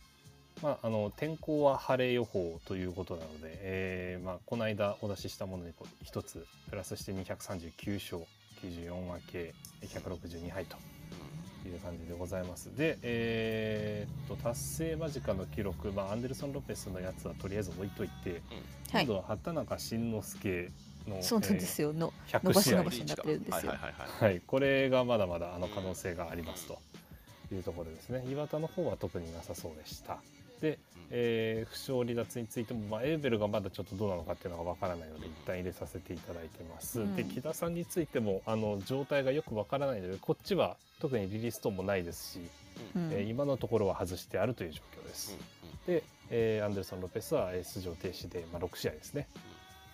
Speaker 1: まあ、あの天候は晴れ予報ということなので、えーまあ、この間お出ししたものにこう1つプラスして239勝94分け162敗という感じでございます。で、えーっと達成間近の記録、まあ、アンデルソン・ロペスのやつはとりあえず置いといて、今
Speaker 2: はい
Speaker 1: 度は畑中慎之介の、
Speaker 2: そうなんです
Speaker 1: よ
Speaker 2: よの
Speaker 1: 100
Speaker 2: 伸ばし
Speaker 1: 試合
Speaker 2: 伸ばしになってるんですよ
Speaker 3: はいはいはいはい。
Speaker 1: はい、これがまだまだあの可能性がありますというところですね。岩田の方は特になさそうでした。で、えー負傷離脱についても、まあ、エーベルがまだちょっとどうなのかっていうのがわからないので、一旦入れさせていただいてます。
Speaker 2: うん
Speaker 1: で、木田さんについても、あの状態がよくわからないので、こっちは特にリリースともないですし、
Speaker 2: う
Speaker 3: うん
Speaker 2: ん
Speaker 1: えー今のところは外してあるという状況です。で、えーアンデルソン・ロペスはえー出場停止で、まあ、6試合ですね、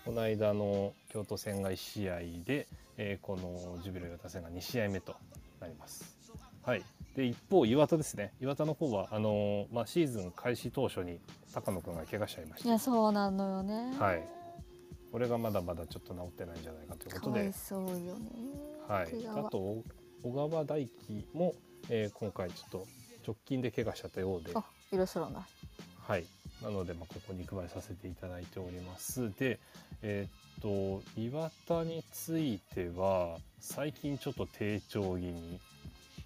Speaker 1: この間の京都戦が1試合で、えーこのジュビロ磐田戦が2試合目となります。はい、で一方、岩田ですね、岩田の方はあのーまあ、シーズン開始当初に高野君が怪我しちゃいまし
Speaker 2: いや
Speaker 1: た。
Speaker 2: そうなのよね
Speaker 1: はいこれがまだまだちょっと治ってないんじゃないかというこ
Speaker 2: か
Speaker 1: と
Speaker 2: わ
Speaker 1: で
Speaker 2: い、そうよね
Speaker 1: はい、
Speaker 2: 怪我
Speaker 1: あと小川大輝も、えー今回ちょっと直近で怪我しちゃったようで
Speaker 2: あ、いらっしゃらない
Speaker 1: はい、なので、まあ、ここに配させていただいております。で、えーっと、岩田については、最近ちょっと低調気味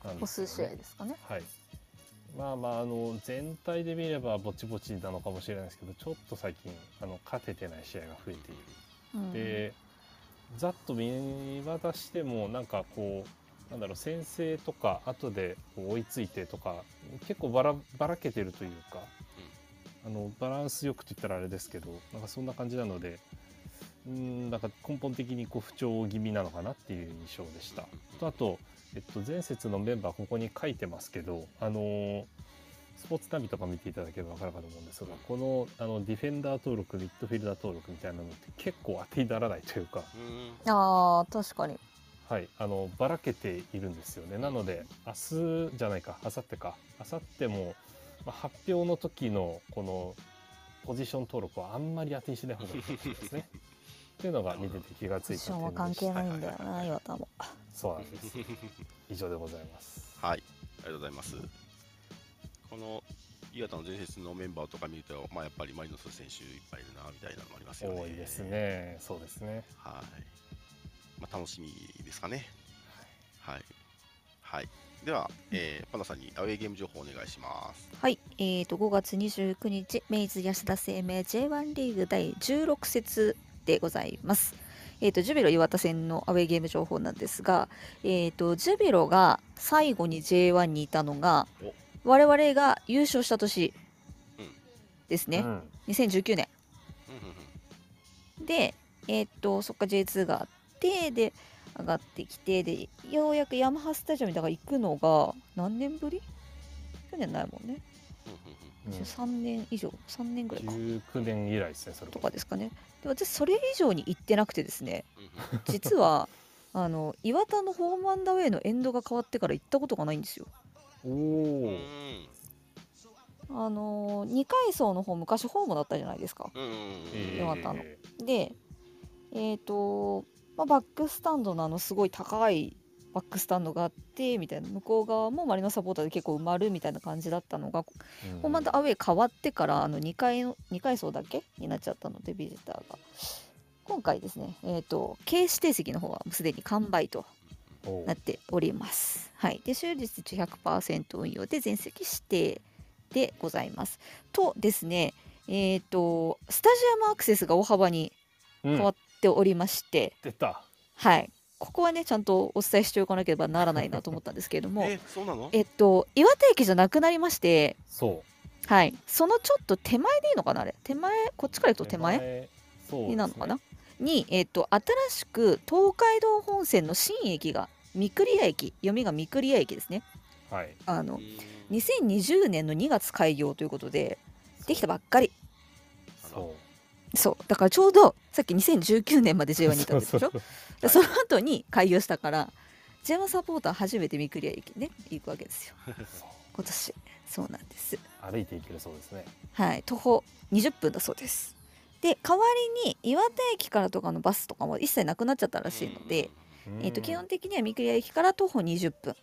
Speaker 1: なん
Speaker 2: お
Speaker 1: で
Speaker 2: 数
Speaker 1: す
Speaker 2: 試
Speaker 1: よ
Speaker 2: 合
Speaker 1: ね。
Speaker 2: ですかね
Speaker 1: はい。まあまあ、あの、全体で見ればぼちぼちなのかもしれないですけど、ちょっと最近、あの、勝ててない試合が増えている。
Speaker 2: うん
Speaker 1: でざっと見渡してもなんかこうなんだろう先制とか後でこう追いついてとか結構ばらばらけてるというか、あのバランスよくと言ったらあれですけどなんかそんな感じなのでうんなんか根本的にこう不調気味なのかなっていう印象でした。とあと、えっと、前節のメンバーここに書いてますけど、あのースポーツナビとか見ていただければ分かるかと思うんですがこのあのディフェンダー登録ミッドフィルダー登録みたいなのって結構当てにならないというか、
Speaker 3: うん
Speaker 2: あー確かに
Speaker 1: はい、あのばらけているんですよねなので明日じゃないか明後日か明後日も、まあ、発表の時のこのポジション登録はあんまり当てにしない方がいいかもしれないですね。っていうのが見てて気が
Speaker 2: ポ
Speaker 1: つい
Speaker 2: ジ
Speaker 1: た
Speaker 2: ションは
Speaker 1: 点
Speaker 2: 関
Speaker 1: でした
Speaker 2: 係ないんだよ
Speaker 3: はいはいは
Speaker 2: ない岩田も
Speaker 1: そうなんです。以上でございます。
Speaker 3: はい、ありがとうございます。この岩田の前節のメンバーとか見ると、まあ、やっぱりマリノス選手いっぱいいるなみたいなのもありますよね。
Speaker 1: 多いです。ね。そうですね。
Speaker 3: はい。まあ、楽しみですかね。はい。はい。では、えーパンダさんにアウェーゲーム情報お願いします。
Speaker 2: はい、えー、と5月29日、明治安田生命 J1 リーグ第16節でございます。えー、とジュビロ磐田戦のアウェーゲーム情報なんですが、えー、とジュビロが最後に J1 にいたのが我々が優勝した年
Speaker 3: うん
Speaker 2: ですね、
Speaker 1: うん
Speaker 2: 2019年
Speaker 3: うんうんうん
Speaker 2: で、えーっとそっか J2 があってで上がってきてでようやくヤマハスタジアムにだから行くのが何年ぶり去年ないもんね、
Speaker 3: うんうん
Speaker 2: 3年以上3年ぐらいか
Speaker 1: 19年以来ですね、それ
Speaker 2: と
Speaker 1: こ
Speaker 2: かですかねで私それ以上に行ってなくてですね
Speaker 3: うんうん
Speaker 2: 実
Speaker 3: [LAUGHS]
Speaker 2: はあの岩田のホームアンダーウェイのエンドが変わってから行ったことがないんですよ
Speaker 1: そ。お
Speaker 3: う
Speaker 1: お
Speaker 3: ん
Speaker 1: ー。
Speaker 2: あの2階層の方昔ホームだったじゃないですか
Speaker 3: うんうんうん
Speaker 1: えー
Speaker 2: よかったのでえっ、と、まあ、バックスタンドのあのすごい高いバックスタンドがあってみたいな向こう側もマリノスサポーターで結構埋まるみたいな感じだったのが
Speaker 1: うん
Speaker 2: ホームアンダーウェイ変わってからあの2階の2階層だけになっちゃったのでビジターが今回ですねえっ、と軽指定席の方はもうすでに完売と
Speaker 1: おう
Speaker 2: なっておりますはいで収率100%運用で全席指定でございますとですねえっ、とスタジアムアクセスが大幅に
Speaker 1: うん
Speaker 2: 変わっっておりまして、
Speaker 1: 出た。
Speaker 2: はい、ここはねちゃんとお伝えしておかなければならないなと思ったんですけれど
Speaker 1: [LAUGHS]
Speaker 2: も、
Speaker 3: えそうなの
Speaker 2: えっと、岩手駅じゃなくなりまして、
Speaker 1: そ
Speaker 2: はい、そのちょっと手前でいいのかなあれ手前こっちから
Speaker 1: う。
Speaker 2: 行くと手前
Speaker 1: そうですね
Speaker 2: になるのかな、に、えっと、新しく東海道本線の新駅が御厨駅読みが御厨駅ですね
Speaker 1: はい。
Speaker 2: あの
Speaker 3: うん
Speaker 2: 2020年の2月開業ということでできたばっかり
Speaker 1: そ
Speaker 2: そうだからちょうどさっき2019年まで
Speaker 1: う。
Speaker 2: J1 にいたんでしょ
Speaker 1: そうそう
Speaker 2: でその後に開業したから J1 サポーター初めて御厨駅ね行くわけですよ
Speaker 1: そう
Speaker 2: 今年そうなんです
Speaker 1: 歩いていけるそうですね。
Speaker 2: はい、徒歩20分だそうです。で代わりに岩手駅からとかのバスとかも一切なくなっちゃったらしいので、えー、と基本的には三栗屋駅から徒歩20分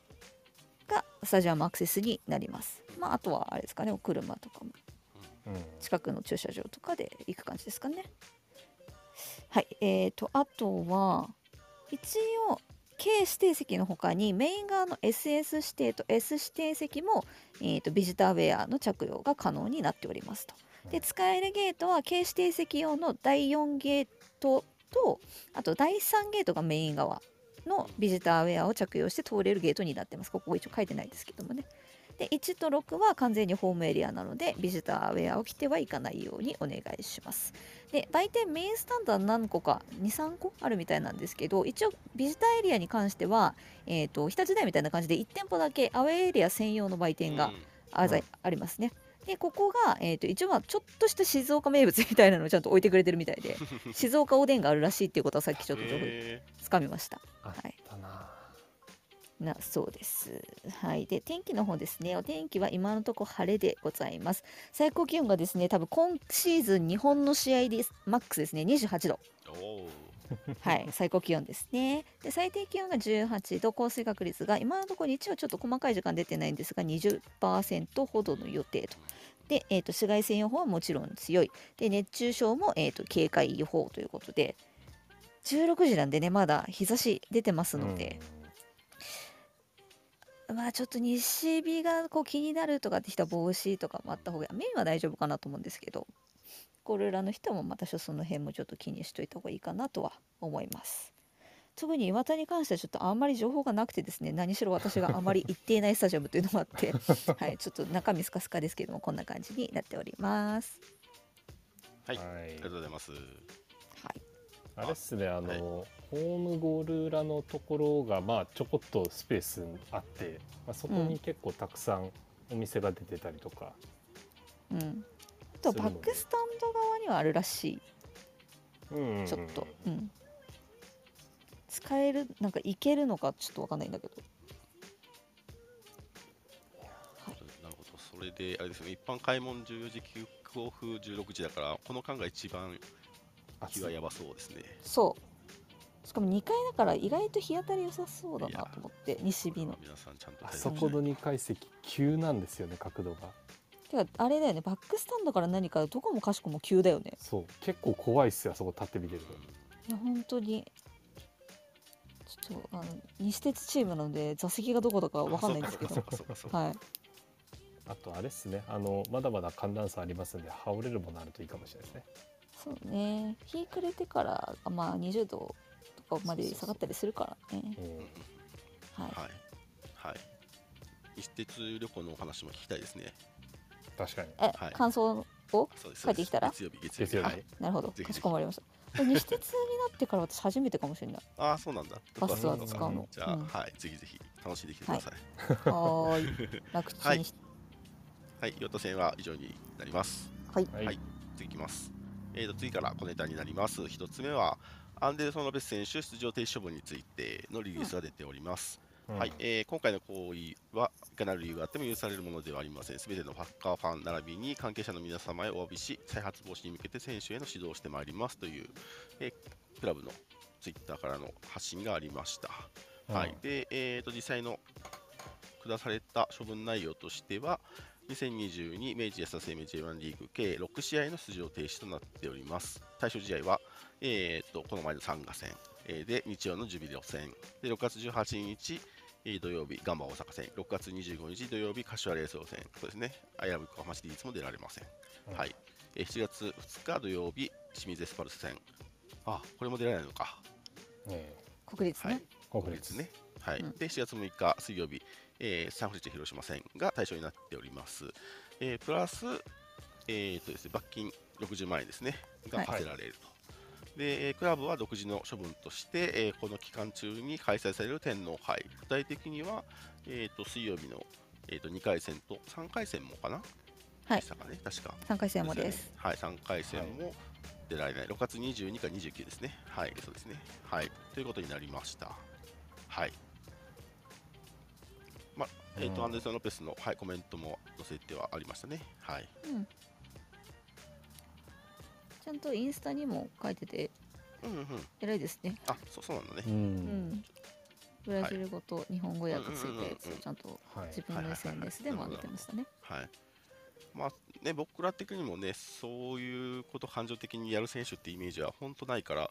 Speaker 2: がスタジアムアクセスになります。まあ、あとはあれですかねお車とかも
Speaker 1: うん、うん
Speaker 2: 近くの駐車場とかで行く感じですかね。はい、えー、とあとは一応軽指定席の他にメイン側の SS 指定と S 指定席も、えー、とビジターウェアの着用が可能になっておりますと。で使えるゲートは軽指定席用の第4ゲートとあと第3ゲートがメイン側のビジターウェアを着用して通れるゲートになってます。ここ一応書いてないですけどもね。で1と6は完全にホームエリアなのでビジターウェアを着てはいかないようにお願いします。で売店メインスタンドは何個か23個あるみたいなんですけど一応ビジターエリアに関しては、えー、と日立大みたいな感じで1店舗だけアウェーエリア専用の売店があざいありますね。でここが、えー、と一応まあちょっとした静岡名物みたいなのをちゃんと置いてくれてるみたいで静岡おでんがあるらしいっていうことはさっきちょっと情報
Speaker 3: え
Speaker 2: つかみました。
Speaker 1: あ
Speaker 2: はい
Speaker 1: だな。
Speaker 2: なそうです。はい。で、天気の方ですね。お天気は今のところ晴れでございます。最高気温がですね、多分今シーズン日本の試合です。マックスですね、28度。
Speaker 3: ーおー
Speaker 2: はい。最高気温ですね。で、最低気温が18度、降水確率が今のところ日曜ちょっと細かい時間出てないんですが、20%ほどの予定と。で、えー、と紫外線予報はもちろん強い。で、熱中症も、えー、と警戒予報ということで、16時なんでね、まだ日差し出てますので。まあちょっと西日がこう気になるとかって人は帽子とかもあった方がメインは大丈夫かなと思うんですけどこれらの人もまたその辺もちょっと気にしといた方がいいかなとは思います特に岩田に関してはちょっとあんまり情報がなくてですね何しろ私があまり行っていないスタジアムというのもあって [LAUGHS] はいちょっと中身スカスカですけどもこんな感じになっております
Speaker 3: はい、
Speaker 1: うん
Speaker 3: あ
Speaker 1: はい
Speaker 3: りがとうございます。
Speaker 2: はい
Speaker 1: あれっすね、あの、ホームゴール裏のところが、まあ、ちょこっとスペースあって、まあ、そこに結構たくさんお店が出てたりとか、
Speaker 2: うんあとバックスタンド側にはあるらしい
Speaker 1: うん
Speaker 2: ちょっと、うん、使えるなんかいけるのかちょっとわかんないんだけど
Speaker 3: なるほど、それであれですね、一般開門14時、キックオフ16時だから、この間が一番日がやばそうですね。
Speaker 2: そうしかも2階だから意外と日当たり良さそうだなと思って西日の
Speaker 3: 皆さんちゃんと
Speaker 1: あ
Speaker 3: 対
Speaker 1: そ
Speaker 3: 策
Speaker 1: この
Speaker 3: しない
Speaker 1: 2階席急なんですよね角度が
Speaker 2: てかあれだよねバックスタンドから何からどこもかしこも急だよね
Speaker 1: そう結構怖いっすよあそこ立って見てると
Speaker 2: いや本当にちょっとあの西鉄チームなので座席がどこだか
Speaker 3: と
Speaker 2: わかんないんですけ
Speaker 3: あそ
Speaker 2: ど
Speaker 3: うかそうかそうかそうか
Speaker 2: はい
Speaker 1: あとあれっすねあのまだまだ寒暖差ありますんで羽織れるものあるといいかもしれないですね
Speaker 2: そうね日暮れてからまあ20度とかまで下がったりするからね
Speaker 1: うん
Speaker 2: はい
Speaker 3: はい。はい。一鉄旅行のお話も聞きたいですね。
Speaker 1: 確かに
Speaker 2: え、
Speaker 3: はい
Speaker 2: 感想を
Speaker 3: そうです。
Speaker 2: 帰ってきたら
Speaker 3: 月曜日、月曜日。
Speaker 1: 月曜
Speaker 3: は
Speaker 1: 日
Speaker 3: い、
Speaker 2: なるほど
Speaker 3: ぜひぜひ
Speaker 2: かしこまりました西鉄になってから私初めてかもしれない
Speaker 3: [LAUGHS] ああ、そうなんだ。
Speaker 2: バス
Speaker 1: は
Speaker 3: そうか
Speaker 1: 使うの
Speaker 3: じゃあ、
Speaker 2: うん
Speaker 3: はい、ぜひぜひ楽しんできてください。
Speaker 2: はーい楽ちんし
Speaker 3: はい、ヨット戦は以上になります。
Speaker 2: はい
Speaker 1: はい、
Speaker 3: はい次いきます。えー、と次から小ネタになります。一つ目は、アンデルソン・ロペス選手出場停止処分についてのリリースが出ております。
Speaker 1: うん
Speaker 3: はいえー今回の行為はいかなる理由があっても許されるものではありません。すべてのサッカーファン並びに関係者の皆様へお詫びし、再発防止に向けて選手への指導をしてまいりますという、えークラブのツイッターからの発信がありました。
Speaker 1: うん
Speaker 3: はい、で、えー、と実際の下された処分内容としては、2022明治安田生命 J1 リーグ計6試合の出場停止となっております。対象試合は、えー、とこの前の参加戦、えーで日曜のジュビロ戦、で6月18日、えー土曜日、ガンバ大阪戦、6月25日土曜日、柏レイソー戦、そうですね、危うく浜市リーツも出られません。
Speaker 1: うん
Speaker 3: はいえー7月2日土曜日、清水エスパルス戦、あこれも出られないのか。
Speaker 1: え
Speaker 2: 国立ね、
Speaker 3: はい
Speaker 1: ー、
Speaker 3: 国
Speaker 1: 国
Speaker 3: 立
Speaker 1: 立
Speaker 3: ね。はい、
Speaker 2: うん
Speaker 3: で7月6日水曜日、えーサンフレッチェ広島戦が対象になっております。えープラス、えーとですね、罰金60万円ですねが
Speaker 2: はい
Speaker 3: 課せられると。でえークラブは独自の処分として、えーこの期間中に開催される天皇杯、具体的には、えー、と水曜日の、えー、と2回戦と3回戦もかな、
Speaker 2: はい
Speaker 3: でしたかね、確か。
Speaker 2: 3回戦もです
Speaker 3: よねはい、3回戦も出られない、6月22か29ですね。はい、そうですね。はい、ということになりました。はい。まあ、えっ、と、
Speaker 1: うん
Speaker 3: アンデルソン・ロペスの、はい、コメントも載せてはありましたね。はい。
Speaker 2: うんちゃんとインスタにも書いてて
Speaker 3: うんうん。
Speaker 2: 偉いですね
Speaker 3: あ、そう、そうなんだね。
Speaker 1: う。
Speaker 2: うんんブラジル語と日本語訳つ
Speaker 3: うんうんうんう
Speaker 2: い
Speaker 3: ん
Speaker 2: てそうちゃんと
Speaker 1: はい。
Speaker 2: 自分の SNS でも上げてましたね
Speaker 3: はい。まあね、僕ら的にもね、そういうこと感情的にやる選手ってイメージは本当ないから、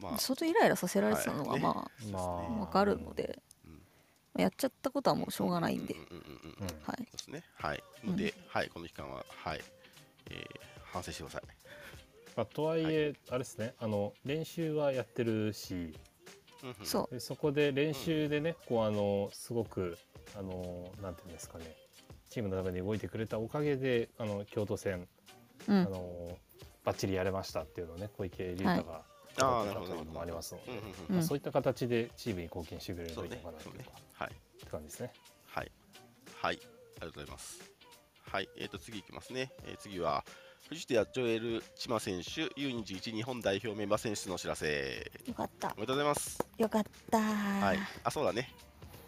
Speaker 3: まあ、
Speaker 2: 相当イライラさせられてたの
Speaker 3: は
Speaker 2: が
Speaker 3: い
Speaker 2: ま
Speaker 1: ま
Speaker 2: あ
Speaker 1: あね
Speaker 2: わかるので
Speaker 3: うん
Speaker 2: やっちゃったことはもうしょうがないんで
Speaker 3: うんうんうんう
Speaker 1: う
Speaker 3: ん
Speaker 1: ん
Speaker 2: はい
Speaker 3: そうですね。はい。ので、はい、この期間は、はい、えー反省してください。
Speaker 1: まあ、とはいえ、あれですねあの練習はやってるし
Speaker 3: うんうん
Speaker 2: そう
Speaker 1: でそこで練習でね、こうあのすごくあのなんていうんですかねチームのために動いてくれたおかげであの京都戦、あ
Speaker 2: うん
Speaker 1: のバッチリやれましたっていうのをね小池龍太が
Speaker 3: あ
Speaker 1: 語
Speaker 3: あ、
Speaker 1: っ
Speaker 3: な
Speaker 1: てた
Speaker 3: るほ
Speaker 1: と
Speaker 3: ど。
Speaker 1: いうのもありますので、
Speaker 3: うんうんうん
Speaker 1: まあ
Speaker 2: うん
Speaker 1: そういった形でチームに貢献してくれる
Speaker 3: そ
Speaker 1: と
Speaker 3: う
Speaker 1: いいの
Speaker 3: ね
Speaker 1: かな。と
Speaker 3: そ
Speaker 1: いうう
Speaker 3: ね
Speaker 1: か。
Speaker 3: はい。
Speaker 1: って感じですね。
Speaker 3: はい。はい。ありがとうございます。はい。えっ、と、次いきますね。えー次は、藤田ジョエル・千葉選手、U21 日本代表メンバー選出のお知らせ。
Speaker 2: よかった
Speaker 3: おめでとうございます。
Speaker 2: よかった
Speaker 3: はい。あ、そうだね。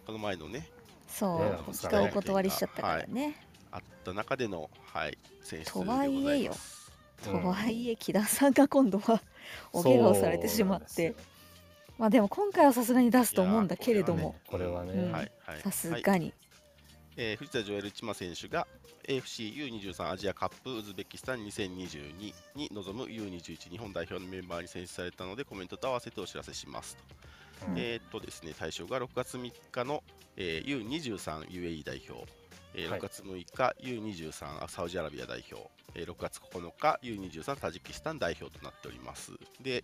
Speaker 3: この前のね、
Speaker 2: そ
Speaker 1: ね
Speaker 2: う一回お断りしちゃったからね
Speaker 3: あった中での、はい、選出で
Speaker 2: と
Speaker 3: ご
Speaker 2: は
Speaker 3: ざ
Speaker 2: いえ
Speaker 3: い
Speaker 2: よ
Speaker 3: ます。
Speaker 2: と
Speaker 1: うん
Speaker 2: はいえ木田さんが今度はお怪我をされてしまっ
Speaker 1: そうなんで
Speaker 2: て
Speaker 1: すよ
Speaker 2: まあでも今回はさすがに出すと思うんだけれど
Speaker 1: いや
Speaker 2: も
Speaker 1: ーこれはね
Speaker 2: うん
Speaker 3: はい。はい。
Speaker 2: さす
Speaker 3: はい
Speaker 2: がに
Speaker 3: えー藤田ジョエル・チマ選手が AFCU23 アジアカップウズベキスタン2022に臨む U21 日本代表のメンバーに選出されたのでコメントと合わせてお知らせしますと。
Speaker 1: うん
Speaker 3: えーっとですね、対象が6月3日の、えー U23UAE 代表、えー
Speaker 1: はい
Speaker 3: 6月6日 U23 サウジアラビア代表、えー6月9日 U23 タジキスタン代表となっております。で、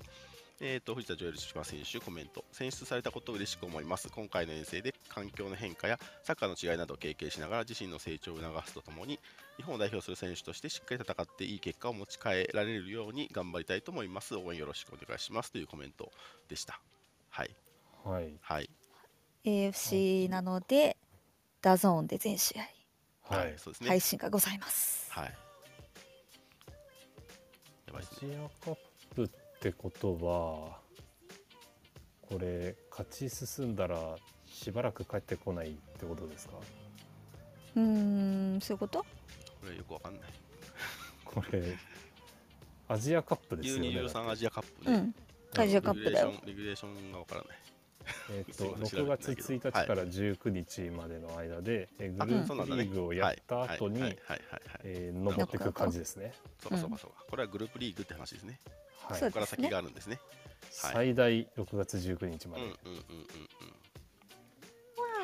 Speaker 3: えーっと藤田ジョエル島選手コメント、選出されたことを嬉しく思います。今回の遠征で環境の変化やサッカーの違いなどを経験しながら自身の成長を促すとともに、日本を代表する選手としてしっかり戦っていい結果を持ち帰られるように頑張りたいと思います。応援よろしくお願いしますというコメントでした。はい。
Speaker 1: はい
Speaker 3: はい、
Speaker 2: AFC なので、ダゾーンで全試合
Speaker 1: はい。
Speaker 3: そうですね。
Speaker 2: 配信がございます。
Speaker 3: はい。やば
Speaker 1: ア
Speaker 3: いです
Speaker 1: ジ
Speaker 3: ね。
Speaker 1: アカップってことはこれ勝ち進んだらしばらく帰ってこないってことですか
Speaker 2: うーん、そういうこと？
Speaker 3: これよくわかんない。
Speaker 1: これアジアカップですよね
Speaker 3: U23 アジアカッ
Speaker 2: う
Speaker 3: プね。
Speaker 2: ん、アジアカップだよ。
Speaker 3: レギュレーションレギュレーションがわからない。
Speaker 1: えっ
Speaker 3: すい
Speaker 1: と
Speaker 3: ません
Speaker 1: 6月1日
Speaker 3: はい
Speaker 1: から19日までの間で、え
Speaker 3: あ
Speaker 1: グル
Speaker 3: そうな
Speaker 1: ープ
Speaker 3: んだね
Speaker 1: リーグをやった後に、
Speaker 3: はいはいはいはいはい。
Speaker 1: えー登っていく感じですね、
Speaker 3: そうかそうかそうか。これはグループリーグって話ですね。
Speaker 1: はい
Speaker 2: そ
Speaker 3: こ
Speaker 2: う
Speaker 3: こから先があるんですね。
Speaker 1: 最大6月19日
Speaker 3: う
Speaker 1: ま
Speaker 3: ん
Speaker 1: で、
Speaker 3: うん
Speaker 1: っ
Speaker 3: うん
Speaker 1: て
Speaker 3: うんうん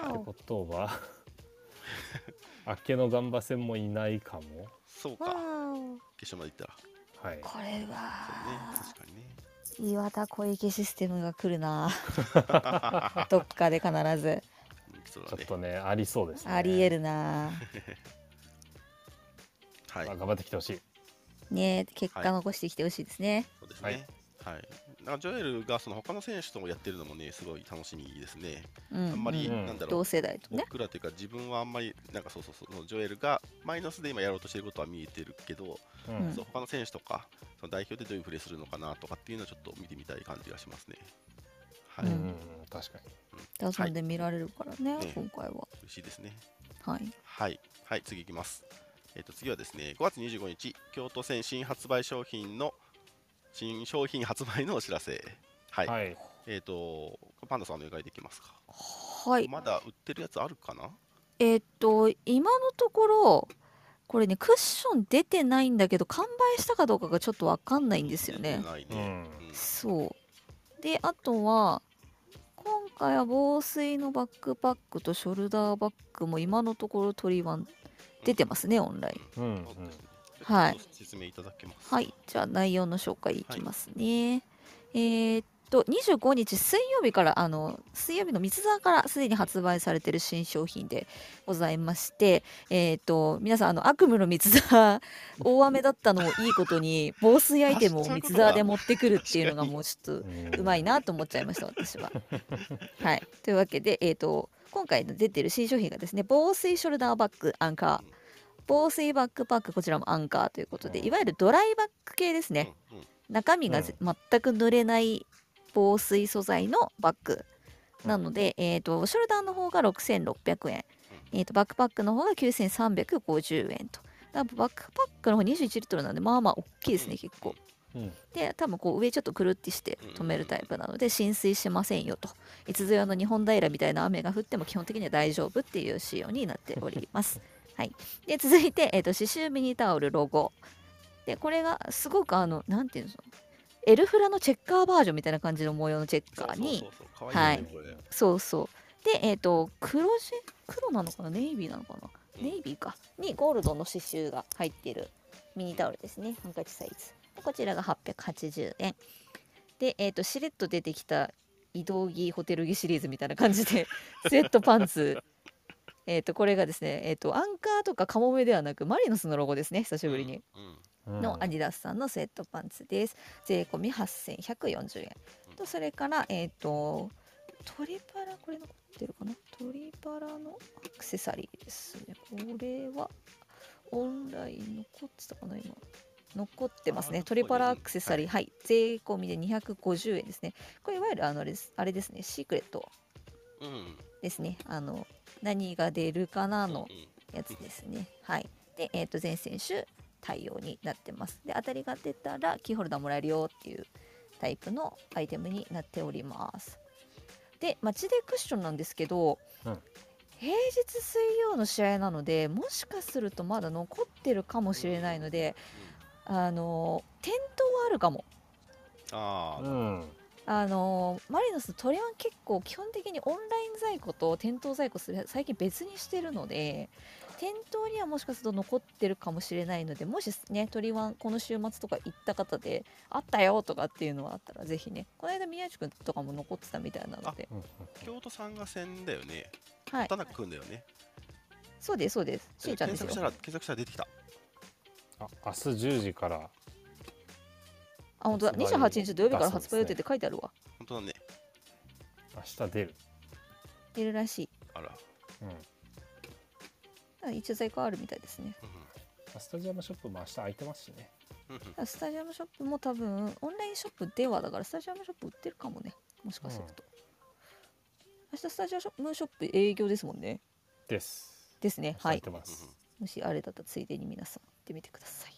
Speaker 2: わお
Speaker 1: ことはあっけのガンバ戦もいないかも
Speaker 3: そう
Speaker 2: わ
Speaker 3: か。
Speaker 2: お、
Speaker 3: 決勝まで行ったら。
Speaker 1: はい
Speaker 2: これ
Speaker 3: そうね。
Speaker 2: は
Speaker 3: 確かにね。
Speaker 2: 岩田小池システムが来る
Speaker 3: [LAUGHS]
Speaker 2: な。どっかで必ず
Speaker 3: うんそう
Speaker 1: ちょ
Speaker 3: だ
Speaker 1: っ
Speaker 3: ね。
Speaker 1: とねありそうですね
Speaker 2: ありえるな。
Speaker 3: はい。
Speaker 1: まあ頑張ってきてほしい
Speaker 2: ねえ、結果残してきてほしいですね。
Speaker 3: そうです
Speaker 1: は
Speaker 3: ね
Speaker 1: い。
Speaker 3: はい。なんかジョエルがその他の選手ともやってるのもね、すごい楽しみですね。
Speaker 2: う
Speaker 3: あんまり
Speaker 1: うん
Speaker 3: なんだろう
Speaker 2: 同。世代とね。
Speaker 3: 僕らというか自分はあんまりなんかそうそうそうそのジョエルがマイナスで今やろうとしてることは見えてるけど、
Speaker 1: う
Speaker 2: うん
Speaker 1: ん
Speaker 3: そう他の選手とかその代表でどういうプレーするのかなとかっていうのはちょっと見てみたい感じがしますね。はい、
Speaker 1: うん
Speaker 2: う
Speaker 1: うんんうん確かに
Speaker 2: ダゾーン
Speaker 3: はい、
Speaker 2: で見られるからね、
Speaker 3: ね
Speaker 2: 今回は。
Speaker 3: 嬉しいですね。
Speaker 2: はい。
Speaker 3: はい、はい、次いきます。えっと次はですね5月25日京都戦新発売商品の新商品発売のお知らせ。はい、
Speaker 1: はい
Speaker 3: えっ、とパンダさんお願いできますか。
Speaker 2: はい。
Speaker 3: まだ売ってるやつあるかな？
Speaker 2: えーっと今のところこれねクッション出てないんだけど完売したかどうかがちょっとわかんないんですよ
Speaker 3: 出
Speaker 2: ね
Speaker 3: て。ないね。
Speaker 1: う
Speaker 3: うん
Speaker 1: ん
Speaker 2: そうであとは今回は防水のバックパックとショはい
Speaker 3: ちょっと説明いただけますか
Speaker 2: はい、じゃあ内容の紹介いきますね。えーっと25日水曜日からあの水曜日の三ツ沢からすでに発売されている新商品でございまして、えーっと皆さんあの悪夢の三ツ沢大雨だったのをいいことに防水アイテムを三ツ沢で持ってくるっていうのがもうちょっとうまいなと思っちゃいました私は。はい、というわけで、えー、と今回の出てる新商品がですね防水ショルダーバッグアンカー防水バックパックこちらもアンカーということでいわゆるドライバッグ系ですね
Speaker 3: うんうん
Speaker 2: 中身がぜ全く濡れない防水素材のバッグなので、えー、とショルダーの方が6600円、えー、とバックパックの方が9350円と。だからバックパックの方21リットルなんでまあまあ大きいですね結構
Speaker 1: うん
Speaker 2: で多分こう上ちょっとくるってして止めるタイプなので浸水しませんよといつぞやの日本平みたいな雨が降っても基本的には大丈夫っていう仕様になっており [LAUGHS] ます。はい、で続いて、えー、と刺繍ミニタオルロゴでこれがすごくあのなんていうんですかエルフラのチェッカーバージョンみたいな感じの模様のチェッカーに
Speaker 3: そうそうそう可愛いねこれ
Speaker 2: そうそうでえっ、と黒地黒なのかなネイビーなのかな
Speaker 3: うん
Speaker 2: ネイビーかにゴールドの刺繍が入ってるミニタオルですねハンカチサイズでこちらが880円でえっ、としれっと出てきた移動着ホテル着シリーズみたいな感じでスウェットパンツえっとこれがですねえっ、とアンカーとかカモメではなくマリノスのロゴですね久しぶりに、
Speaker 3: うん
Speaker 2: のアディダスさんのスウェットパンツです。税込み8140円。とそれから、えっ、と、鳥パラ、これ残ってるかな鳥パラのアクセサリーですね。これは、オンライン残ってたかな、今。残ってます
Speaker 3: あ
Speaker 2: ね。
Speaker 3: ー残ってる
Speaker 2: 鳥パラアクセサリー、はい、税込みで250円ですね。これ、いわゆるあのあれですあれですね、シークレット
Speaker 3: うん
Speaker 2: ですね。あの、何が出るかなの
Speaker 3: うん
Speaker 2: やつですね。はい。で、えっ、と、全選手対応になってます。で、当たりが出たらキーホルダーもらえるよっていうタイプのアイテムになっております。で、街でクッションなんですけど、
Speaker 1: うん
Speaker 2: 平日水曜の試合なので、もしかするとまだ残ってるかもしれないので、あのー、店頭はあるかも。
Speaker 3: あ
Speaker 1: う
Speaker 3: あ
Speaker 1: ん
Speaker 2: あのーマリノスのトレワン結構基本的にオンライン在庫と店頭在庫する最近別にしてるので店頭にはもしかすると残ってるかもしれないのでもしねトレワンこの週末とか行った方であったよとかっていうのはあったらぜひねこの間宮地君とかも残ってたみたいなので
Speaker 1: うん
Speaker 3: 京都さんが戦だよね
Speaker 2: はい
Speaker 3: 田中君だよね
Speaker 2: そうですそうですしーちゃんで
Speaker 3: 検
Speaker 2: す
Speaker 3: 索
Speaker 2: よ
Speaker 3: したら検索したら出てきた
Speaker 1: あ明日10時から
Speaker 2: あ本当だ
Speaker 1: 発売
Speaker 2: 28日土曜日から発売予定って書いてあるわ
Speaker 3: 本当だね
Speaker 1: 明日出る、
Speaker 2: 出るらしい
Speaker 3: あら
Speaker 1: うん、
Speaker 2: あ一応在庫あるみたいですね
Speaker 3: う
Speaker 1: スタジアムショップも明日空いてますしね
Speaker 3: んうんうん
Speaker 2: スタジアムショップも多分オンラインショップではだからスタジアムショップ売ってるかもねもしかすると、明日スタジアムショップ営業ですもんね
Speaker 1: です
Speaker 2: ですねは
Speaker 1: 空
Speaker 2: い
Speaker 1: いてます、
Speaker 2: もしあれだったらついでに皆さん行ってみてください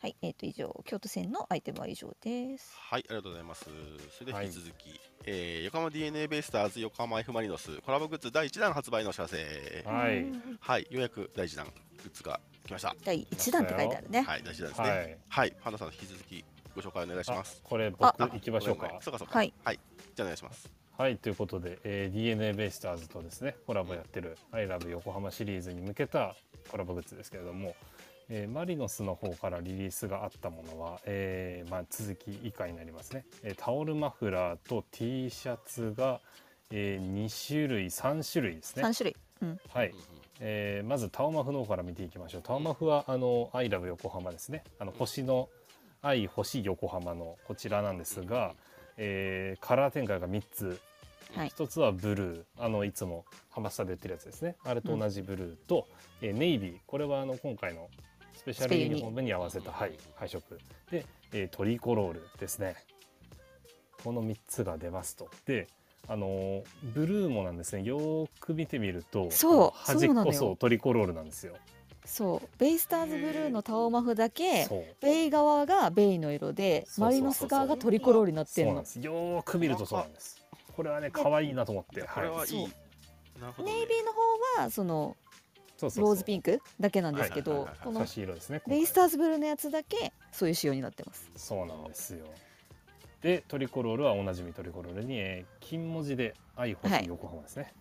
Speaker 2: はいえー、と以上京都戦のアイテムは以上です
Speaker 3: はい、ありがとうございます。それでは
Speaker 1: はい
Speaker 3: 引き続き、えー横浜 d n a ベイスターズ横浜 F ・マリノスコラボグッズ第1弾発売のお知らせ。
Speaker 1: は
Speaker 2: う
Speaker 1: い
Speaker 2: ん
Speaker 3: はい、ようやく第1弾グッズが来ました。
Speaker 2: 第1弾って書いてあるね
Speaker 3: はい、第1弾ですね。
Speaker 1: は
Speaker 3: はい、
Speaker 1: い
Speaker 3: パンダさん引き続きご紹介お願いし
Speaker 1: あ
Speaker 3: ます。
Speaker 1: これ
Speaker 2: あ
Speaker 1: 僕行きましょうか
Speaker 3: そうかそうか。
Speaker 2: はい。
Speaker 3: じゃあお願いします。
Speaker 1: はいということで、えー、d n a ベイスターズとですねコラボやってる「ILOVE 横浜」シリーズに向けたコラボグッズですけれども、えーマリノスの方からリリースがあったものは、えーまあ、続き以下になりますね、えータオルマフラーと T シャツが、え2種類3種類ですね
Speaker 2: 3種類うん
Speaker 1: は
Speaker 3: う
Speaker 1: い
Speaker 3: ん、うん
Speaker 1: えーまずタオマフの方から見ていきましょうタオマフはあの「アイラブ横浜」ですねあの星の「愛星横浜」のこちらなんですが、えーカラー展開が3つ
Speaker 2: はい
Speaker 1: 一つはブルーあのいつもハマスタで売ってるやつですねあれと同じブルーと、えーネイビーこれはあの今回のスペシャルユニフォームに合わせた、
Speaker 3: ス
Speaker 1: は
Speaker 3: ペイン
Speaker 1: い、配色で、えートリコロールですねこの3つが出ますとであのーブルーもなんですねよーく見てみると
Speaker 2: そう
Speaker 1: あの端っ
Speaker 2: そうなの
Speaker 1: こ
Speaker 2: よ
Speaker 1: そうトリコロールなんですよ
Speaker 2: そうベイスターズブルーのタオマフだけ
Speaker 1: そう
Speaker 2: ベイ側がベイの色
Speaker 1: そうそ
Speaker 2: で
Speaker 1: うそうそう
Speaker 2: マリノス側がトリコロールになって
Speaker 1: そう
Speaker 2: る
Speaker 1: なん
Speaker 2: の
Speaker 1: ですよーく見るとそうなんですこれはね可愛いなと思って
Speaker 3: これはいい。
Speaker 2: そう
Speaker 3: なるほど、ね。
Speaker 2: ネイビーの方はその
Speaker 1: そうそうそう
Speaker 2: ローズピンクだけなんですけ
Speaker 3: はいは
Speaker 2: ど
Speaker 3: いはいはい
Speaker 2: この
Speaker 1: 差し色ですね
Speaker 2: ベイスターズブルーのやつだけそういう仕様になってます。
Speaker 1: そうなんですよ。でトリコロールはおなじみトリコロールに、えー金文字で「愛
Speaker 2: は
Speaker 1: 星
Speaker 2: い
Speaker 1: 横浜」ですね、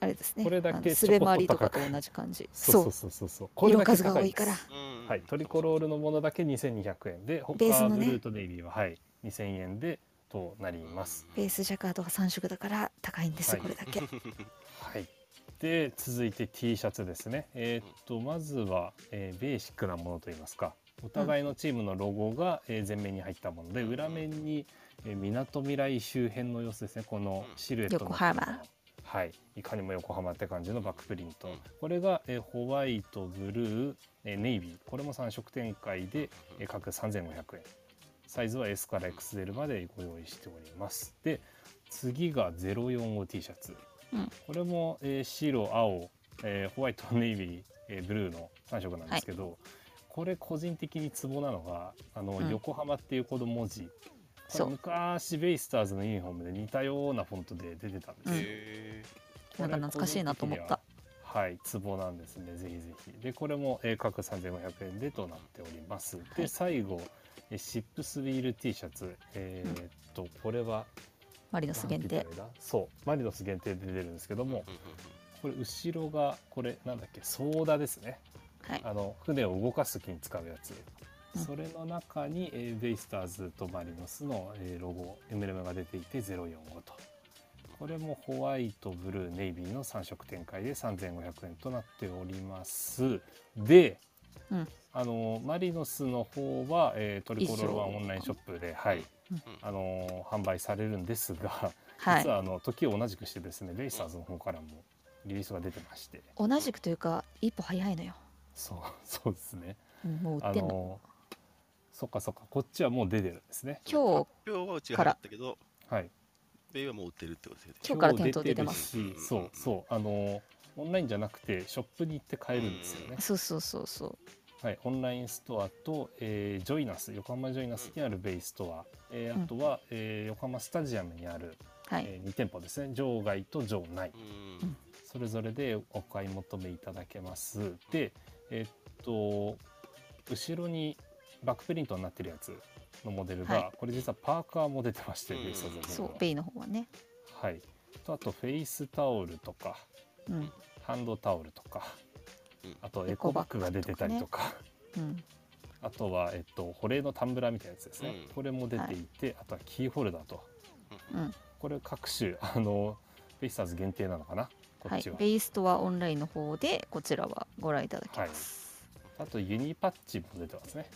Speaker 2: あれですね。
Speaker 1: これだけ
Speaker 2: あの
Speaker 1: ち
Speaker 2: ス
Speaker 1: ょこっ
Speaker 2: レ
Speaker 1: と
Speaker 2: マリと
Speaker 1: 高
Speaker 2: か
Speaker 1: く
Speaker 2: と同じ感じ。
Speaker 1: そうそうそうそうそうこれだけ
Speaker 2: 色数が多
Speaker 1: 高
Speaker 2: い
Speaker 1: です
Speaker 2: から
Speaker 3: うんうんうん
Speaker 1: はい、トリコロールのものだけ2200円で他
Speaker 2: ベースの
Speaker 1: ブ
Speaker 2: ね
Speaker 1: ルートネイビーは、はい、2000円でとなります。
Speaker 2: ベースジャカードが3色だから高いんです、
Speaker 1: はい
Speaker 2: こ
Speaker 1: [LAUGHS]
Speaker 2: れだけ
Speaker 1: はい、で続いて T シャツですね、えーっとまずは、えーベーシックなものといいますかお互いのチームのロゴが、えー前面に入ったもので裏面にみなとみらい周辺の様子ですねこのシルエットの
Speaker 2: 横浜
Speaker 1: はい、いかにも横浜って感じのバックプリント、
Speaker 3: うん
Speaker 1: これが、えーホワイトブルー、えーネイビーこれも3色展開で、えー各3500円サイズは S から XL までご用意しておりますで次が 045T シャツ、
Speaker 2: うん
Speaker 1: これも、えー白青、えーホワイトネイビー、えーブルーの3色なんですけど、これ個人的にツボなのがあの、
Speaker 2: うん
Speaker 1: 横浜っていうこの文字こ
Speaker 2: そ
Speaker 1: れ
Speaker 2: う
Speaker 1: 昔ベイスターズのユニフォームで似たようなフォントで出てたんですよ、
Speaker 3: へ
Speaker 2: なんか懐かしいなと思った
Speaker 1: はい、ツボなんですね。ぜひぜひ。で、これも、えー、各3500円でとなっております。
Speaker 2: は
Speaker 1: で、
Speaker 2: い
Speaker 1: 最後、えーシップスビール T シャツ。えーっと、これは、
Speaker 2: マリノス限
Speaker 1: なん
Speaker 2: 定
Speaker 1: て言ったらいいんだそう、マリノス限定で出るんですけども
Speaker 3: ー、うん
Speaker 1: これ、後ろが、これ、なんだっけ、ソーダですね。
Speaker 2: はい
Speaker 1: あの、船を動かす時に使うやつ。
Speaker 2: うん
Speaker 1: それの中に、えーベイスターズとマリノスの、えーロゴ、エムレムが出ていて045と。これもホワイト、ブルー、ネイビーの3色展開で3500円となっております。で、
Speaker 2: うん
Speaker 1: あのマリノスの方は、えートリコロールはオンラインショップで、はい
Speaker 2: うん
Speaker 1: あの販売されるんですが、
Speaker 2: はい
Speaker 1: 実はあの時を同じくしてですねベイスターズの方からもリリースが出てまして
Speaker 2: 同じくというか一歩早いのよ、
Speaker 1: そうそうですね
Speaker 2: うんもう売
Speaker 1: あ
Speaker 2: ってんの
Speaker 1: のそっかそっかこっちはもう出てるんですね
Speaker 2: 今日
Speaker 3: うんうん発表はうちが入ったけど、
Speaker 1: はい
Speaker 3: ベイはもう売ってるってことですよね。
Speaker 2: 今日から店頭で出
Speaker 1: る
Speaker 2: ます
Speaker 1: しそうそうあのオンラインじゃなくてショップに行って買えるんですよね
Speaker 2: そうそうそうそう
Speaker 1: はい、オンラインストアと、えージョイナス横浜ジョイナスにあるベイストア、えーあとは、えー横浜スタジアムにある、
Speaker 2: はい、
Speaker 1: え2店舗ですね場外と場内
Speaker 3: うん
Speaker 1: それぞれでお買い求めいただけますでえっと後ろにバックプリントになってるやつのモデルが、
Speaker 2: は
Speaker 1: これ実はパーカーも出てまして、
Speaker 3: うん
Speaker 1: ベイストアズの方
Speaker 2: そ
Speaker 1: は
Speaker 2: うベイの方はね
Speaker 1: はいとあとフェイスタオルとか
Speaker 2: うん
Speaker 1: ハンドタオルとか
Speaker 3: うん
Speaker 1: あとエ
Speaker 2: エ
Speaker 1: コ
Speaker 2: コ
Speaker 1: バ
Speaker 2: バ
Speaker 1: ッ
Speaker 2: ッ
Speaker 1: グ
Speaker 2: グ
Speaker 1: が出てたりとか。
Speaker 2: うん
Speaker 1: あとは、えっと、保冷のタンブラーみたいなやつですね、
Speaker 3: うん
Speaker 1: これも出ていて、あとはキーホルダーと
Speaker 2: うん
Speaker 1: これ各種あのベイスターズ限定なのかなこ
Speaker 2: は
Speaker 1: っ
Speaker 2: い
Speaker 1: ちは、
Speaker 2: ベイストはオンラインの方でこちらはご覧いただけます、
Speaker 1: あとユニパッチも出てますね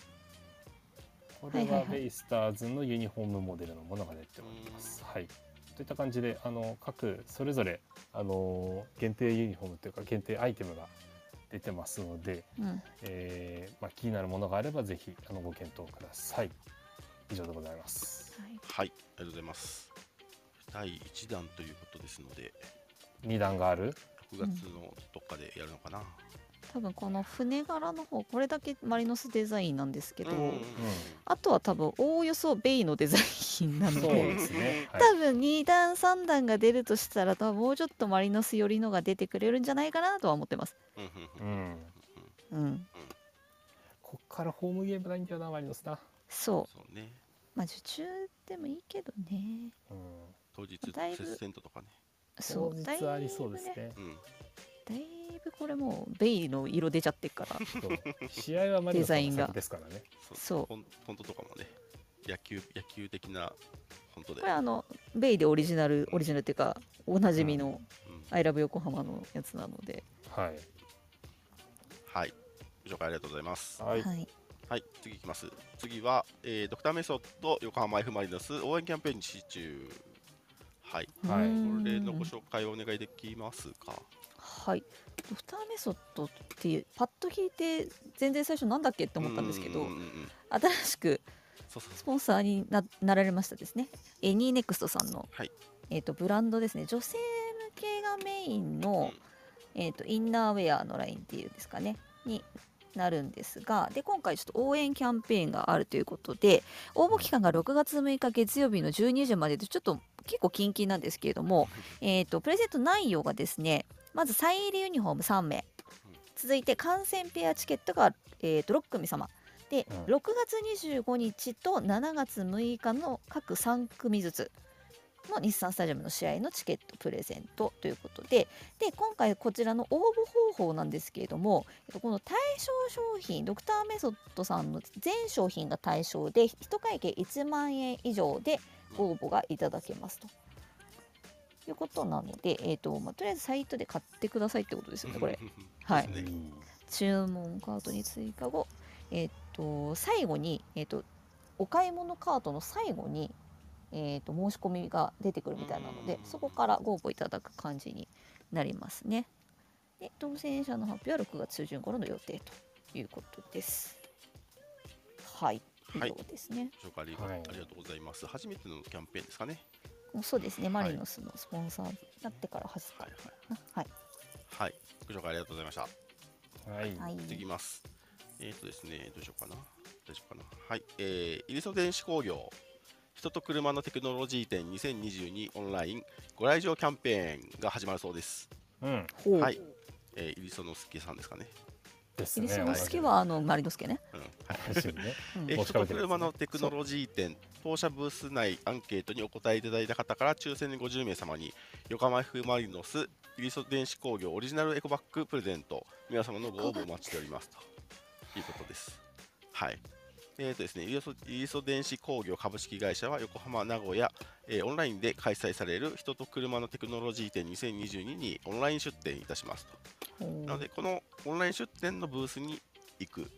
Speaker 1: これ
Speaker 2: はいは
Speaker 1: は
Speaker 2: いはい
Speaker 1: ベイスターズのユニフォームモデルのものが出ております、はいといった感じであの各それぞれあの限定ユニフォームというか限定アイテムが出てますので、
Speaker 2: うん
Speaker 1: えーまあ、気になるものがあればぜひあのご検討ください以上でございます
Speaker 2: はい
Speaker 3: はい、ありがとうございます。第一弾ということですので、
Speaker 1: 2段がある
Speaker 3: 6月のどっかでやるのかな。
Speaker 2: 多分この船柄の方これだけマリノスデザインなんですけど、
Speaker 3: うん
Speaker 2: あとは多分おおよそベイのデザインなの
Speaker 1: そう
Speaker 2: で
Speaker 1: ですね。はい
Speaker 2: 多分2段3段が出るとしたら多分もうちょっとマリノス寄りのが出てくれるんじゃないかなとは思ってます。
Speaker 3: うんうんう
Speaker 1: うんん。
Speaker 2: うん、
Speaker 1: こっからホームゲームないんだよな、マリノスな。
Speaker 2: そう
Speaker 3: そうね。
Speaker 2: まあ受注でもいいけどね
Speaker 1: うん。
Speaker 3: 当日
Speaker 2: だいぶ
Speaker 3: 接戦ととかね。
Speaker 2: そうだい
Speaker 1: 当日
Speaker 2: ぶ
Speaker 1: ありそうです
Speaker 2: ね
Speaker 1: ね。
Speaker 3: うん。
Speaker 2: だいぶこれもうベイの色出ちゃってっから
Speaker 1: そう試合はマリノスの方が先ですからね。
Speaker 2: そう
Speaker 3: フォンフォントとかもね、野球野球的なフォントで。
Speaker 2: これあのベイでオリジナルオリジナルっていうかおなじみの
Speaker 3: うん
Speaker 2: 「アイラブ横浜」のやつなので、
Speaker 1: はい。
Speaker 3: はい。ご紹介ありがとうございます。
Speaker 1: はい。
Speaker 2: はい、
Speaker 3: はい、次いきます。次は、えードクターメソッド横浜 F ・マリノス応援キャンペーン実施中。はい、こ
Speaker 1: はいうこ
Speaker 2: ん
Speaker 3: れのご紹介をお願いできますか。
Speaker 2: はい、ドクターメソッドっていうパッと聞いて全然最初なんだっけって思ったんですけど
Speaker 3: うううんうん
Speaker 2: 新しく
Speaker 3: そうそう
Speaker 2: ス
Speaker 3: そ
Speaker 2: ポンサーにななられましたですねエニーネクストさんの、
Speaker 3: はい
Speaker 2: えー、とブランドですね女性向けがメインの、
Speaker 3: う
Speaker 2: えー、とインナーウェアのラインっていうんですかねになるんですがで今回ちょっと応援キャンペーンがあるということで応募期間が6月6日月曜日の12時まででちょっと結構近々なんですけれども、えー、とプレゼント内容がですねまずサイン入りユニフォーム3名
Speaker 3: うん
Speaker 2: 続いて観戦ペアチケットが、えー、と6組様で、
Speaker 1: うん
Speaker 2: 6月25日と7月6日の各3組ずつの日産スタジアムの試合のチケットプレゼントということでで今回こちらの応募方法なんですけれどもえっとこの対象商品ドクターメソッドさんの全商品が対象で1会計1万円以上でご応募がいただけますと。いうことなので、えーとまあ、とりあえずサイトで買ってくださいってことですよね、
Speaker 1: [LAUGHS]
Speaker 2: こ
Speaker 3: [LAUGHS]
Speaker 2: れ。はい
Speaker 3: ですね
Speaker 2: 注文カートに追加後、えっと最後に、えっとお買い物カートの最後に、えっと申し込みが出てくるみたいなので
Speaker 3: うん
Speaker 2: そこからご応募いただく感じになりますねで当選者の発表は6月中旬頃の予定ということですはい以
Speaker 3: はい
Speaker 2: 上ですね、
Speaker 3: 紹介ありが
Speaker 1: はい
Speaker 3: ありがとうございます。初めてのキャンペーンですかね。
Speaker 2: もうそうですねマ
Speaker 3: はい
Speaker 2: リノスのスポンサーになってから走った
Speaker 3: はい
Speaker 2: の
Speaker 3: はい
Speaker 2: かなはい
Speaker 3: はい。ご紹介ありがとうございました。
Speaker 1: はい。
Speaker 2: はい、
Speaker 3: 次いきます。えっ、とですね、どうしようかな。大丈夫かな。はい。えー、イリソ電子工業、人と車のテクノロジー展2022オンラインご来場キャンペーンが始まるそうです。
Speaker 1: うん。
Speaker 2: ほう、
Speaker 3: はいえー、イリソのすけさんですかね。
Speaker 1: です
Speaker 2: イ
Speaker 1: ね。
Speaker 2: リスの好きはあのマリノスケね、
Speaker 3: うん。はい。
Speaker 1: 私ね。
Speaker 2: うん
Speaker 3: え
Speaker 1: お
Speaker 3: ー
Speaker 1: っし
Speaker 3: 人
Speaker 1: ゃる通りで
Speaker 3: と
Speaker 1: すね
Speaker 3: 車のテクノロジー展当社ブース内アンケートにお答えいただいた方から抽選で50名様に横浜 F ・マリノスイリソ電子工業オリジナルエコバッグプレゼント皆様のご応募お待ちしておりますということですはいえーとですね、イリソイリソ電子工業株式会社は横浜、名古屋、えーオンラインで開催される人と車のテクノロジー展2022にオンライン出展いたしますと。
Speaker 2: ほう
Speaker 3: なので、このオンライン出展のブースに行く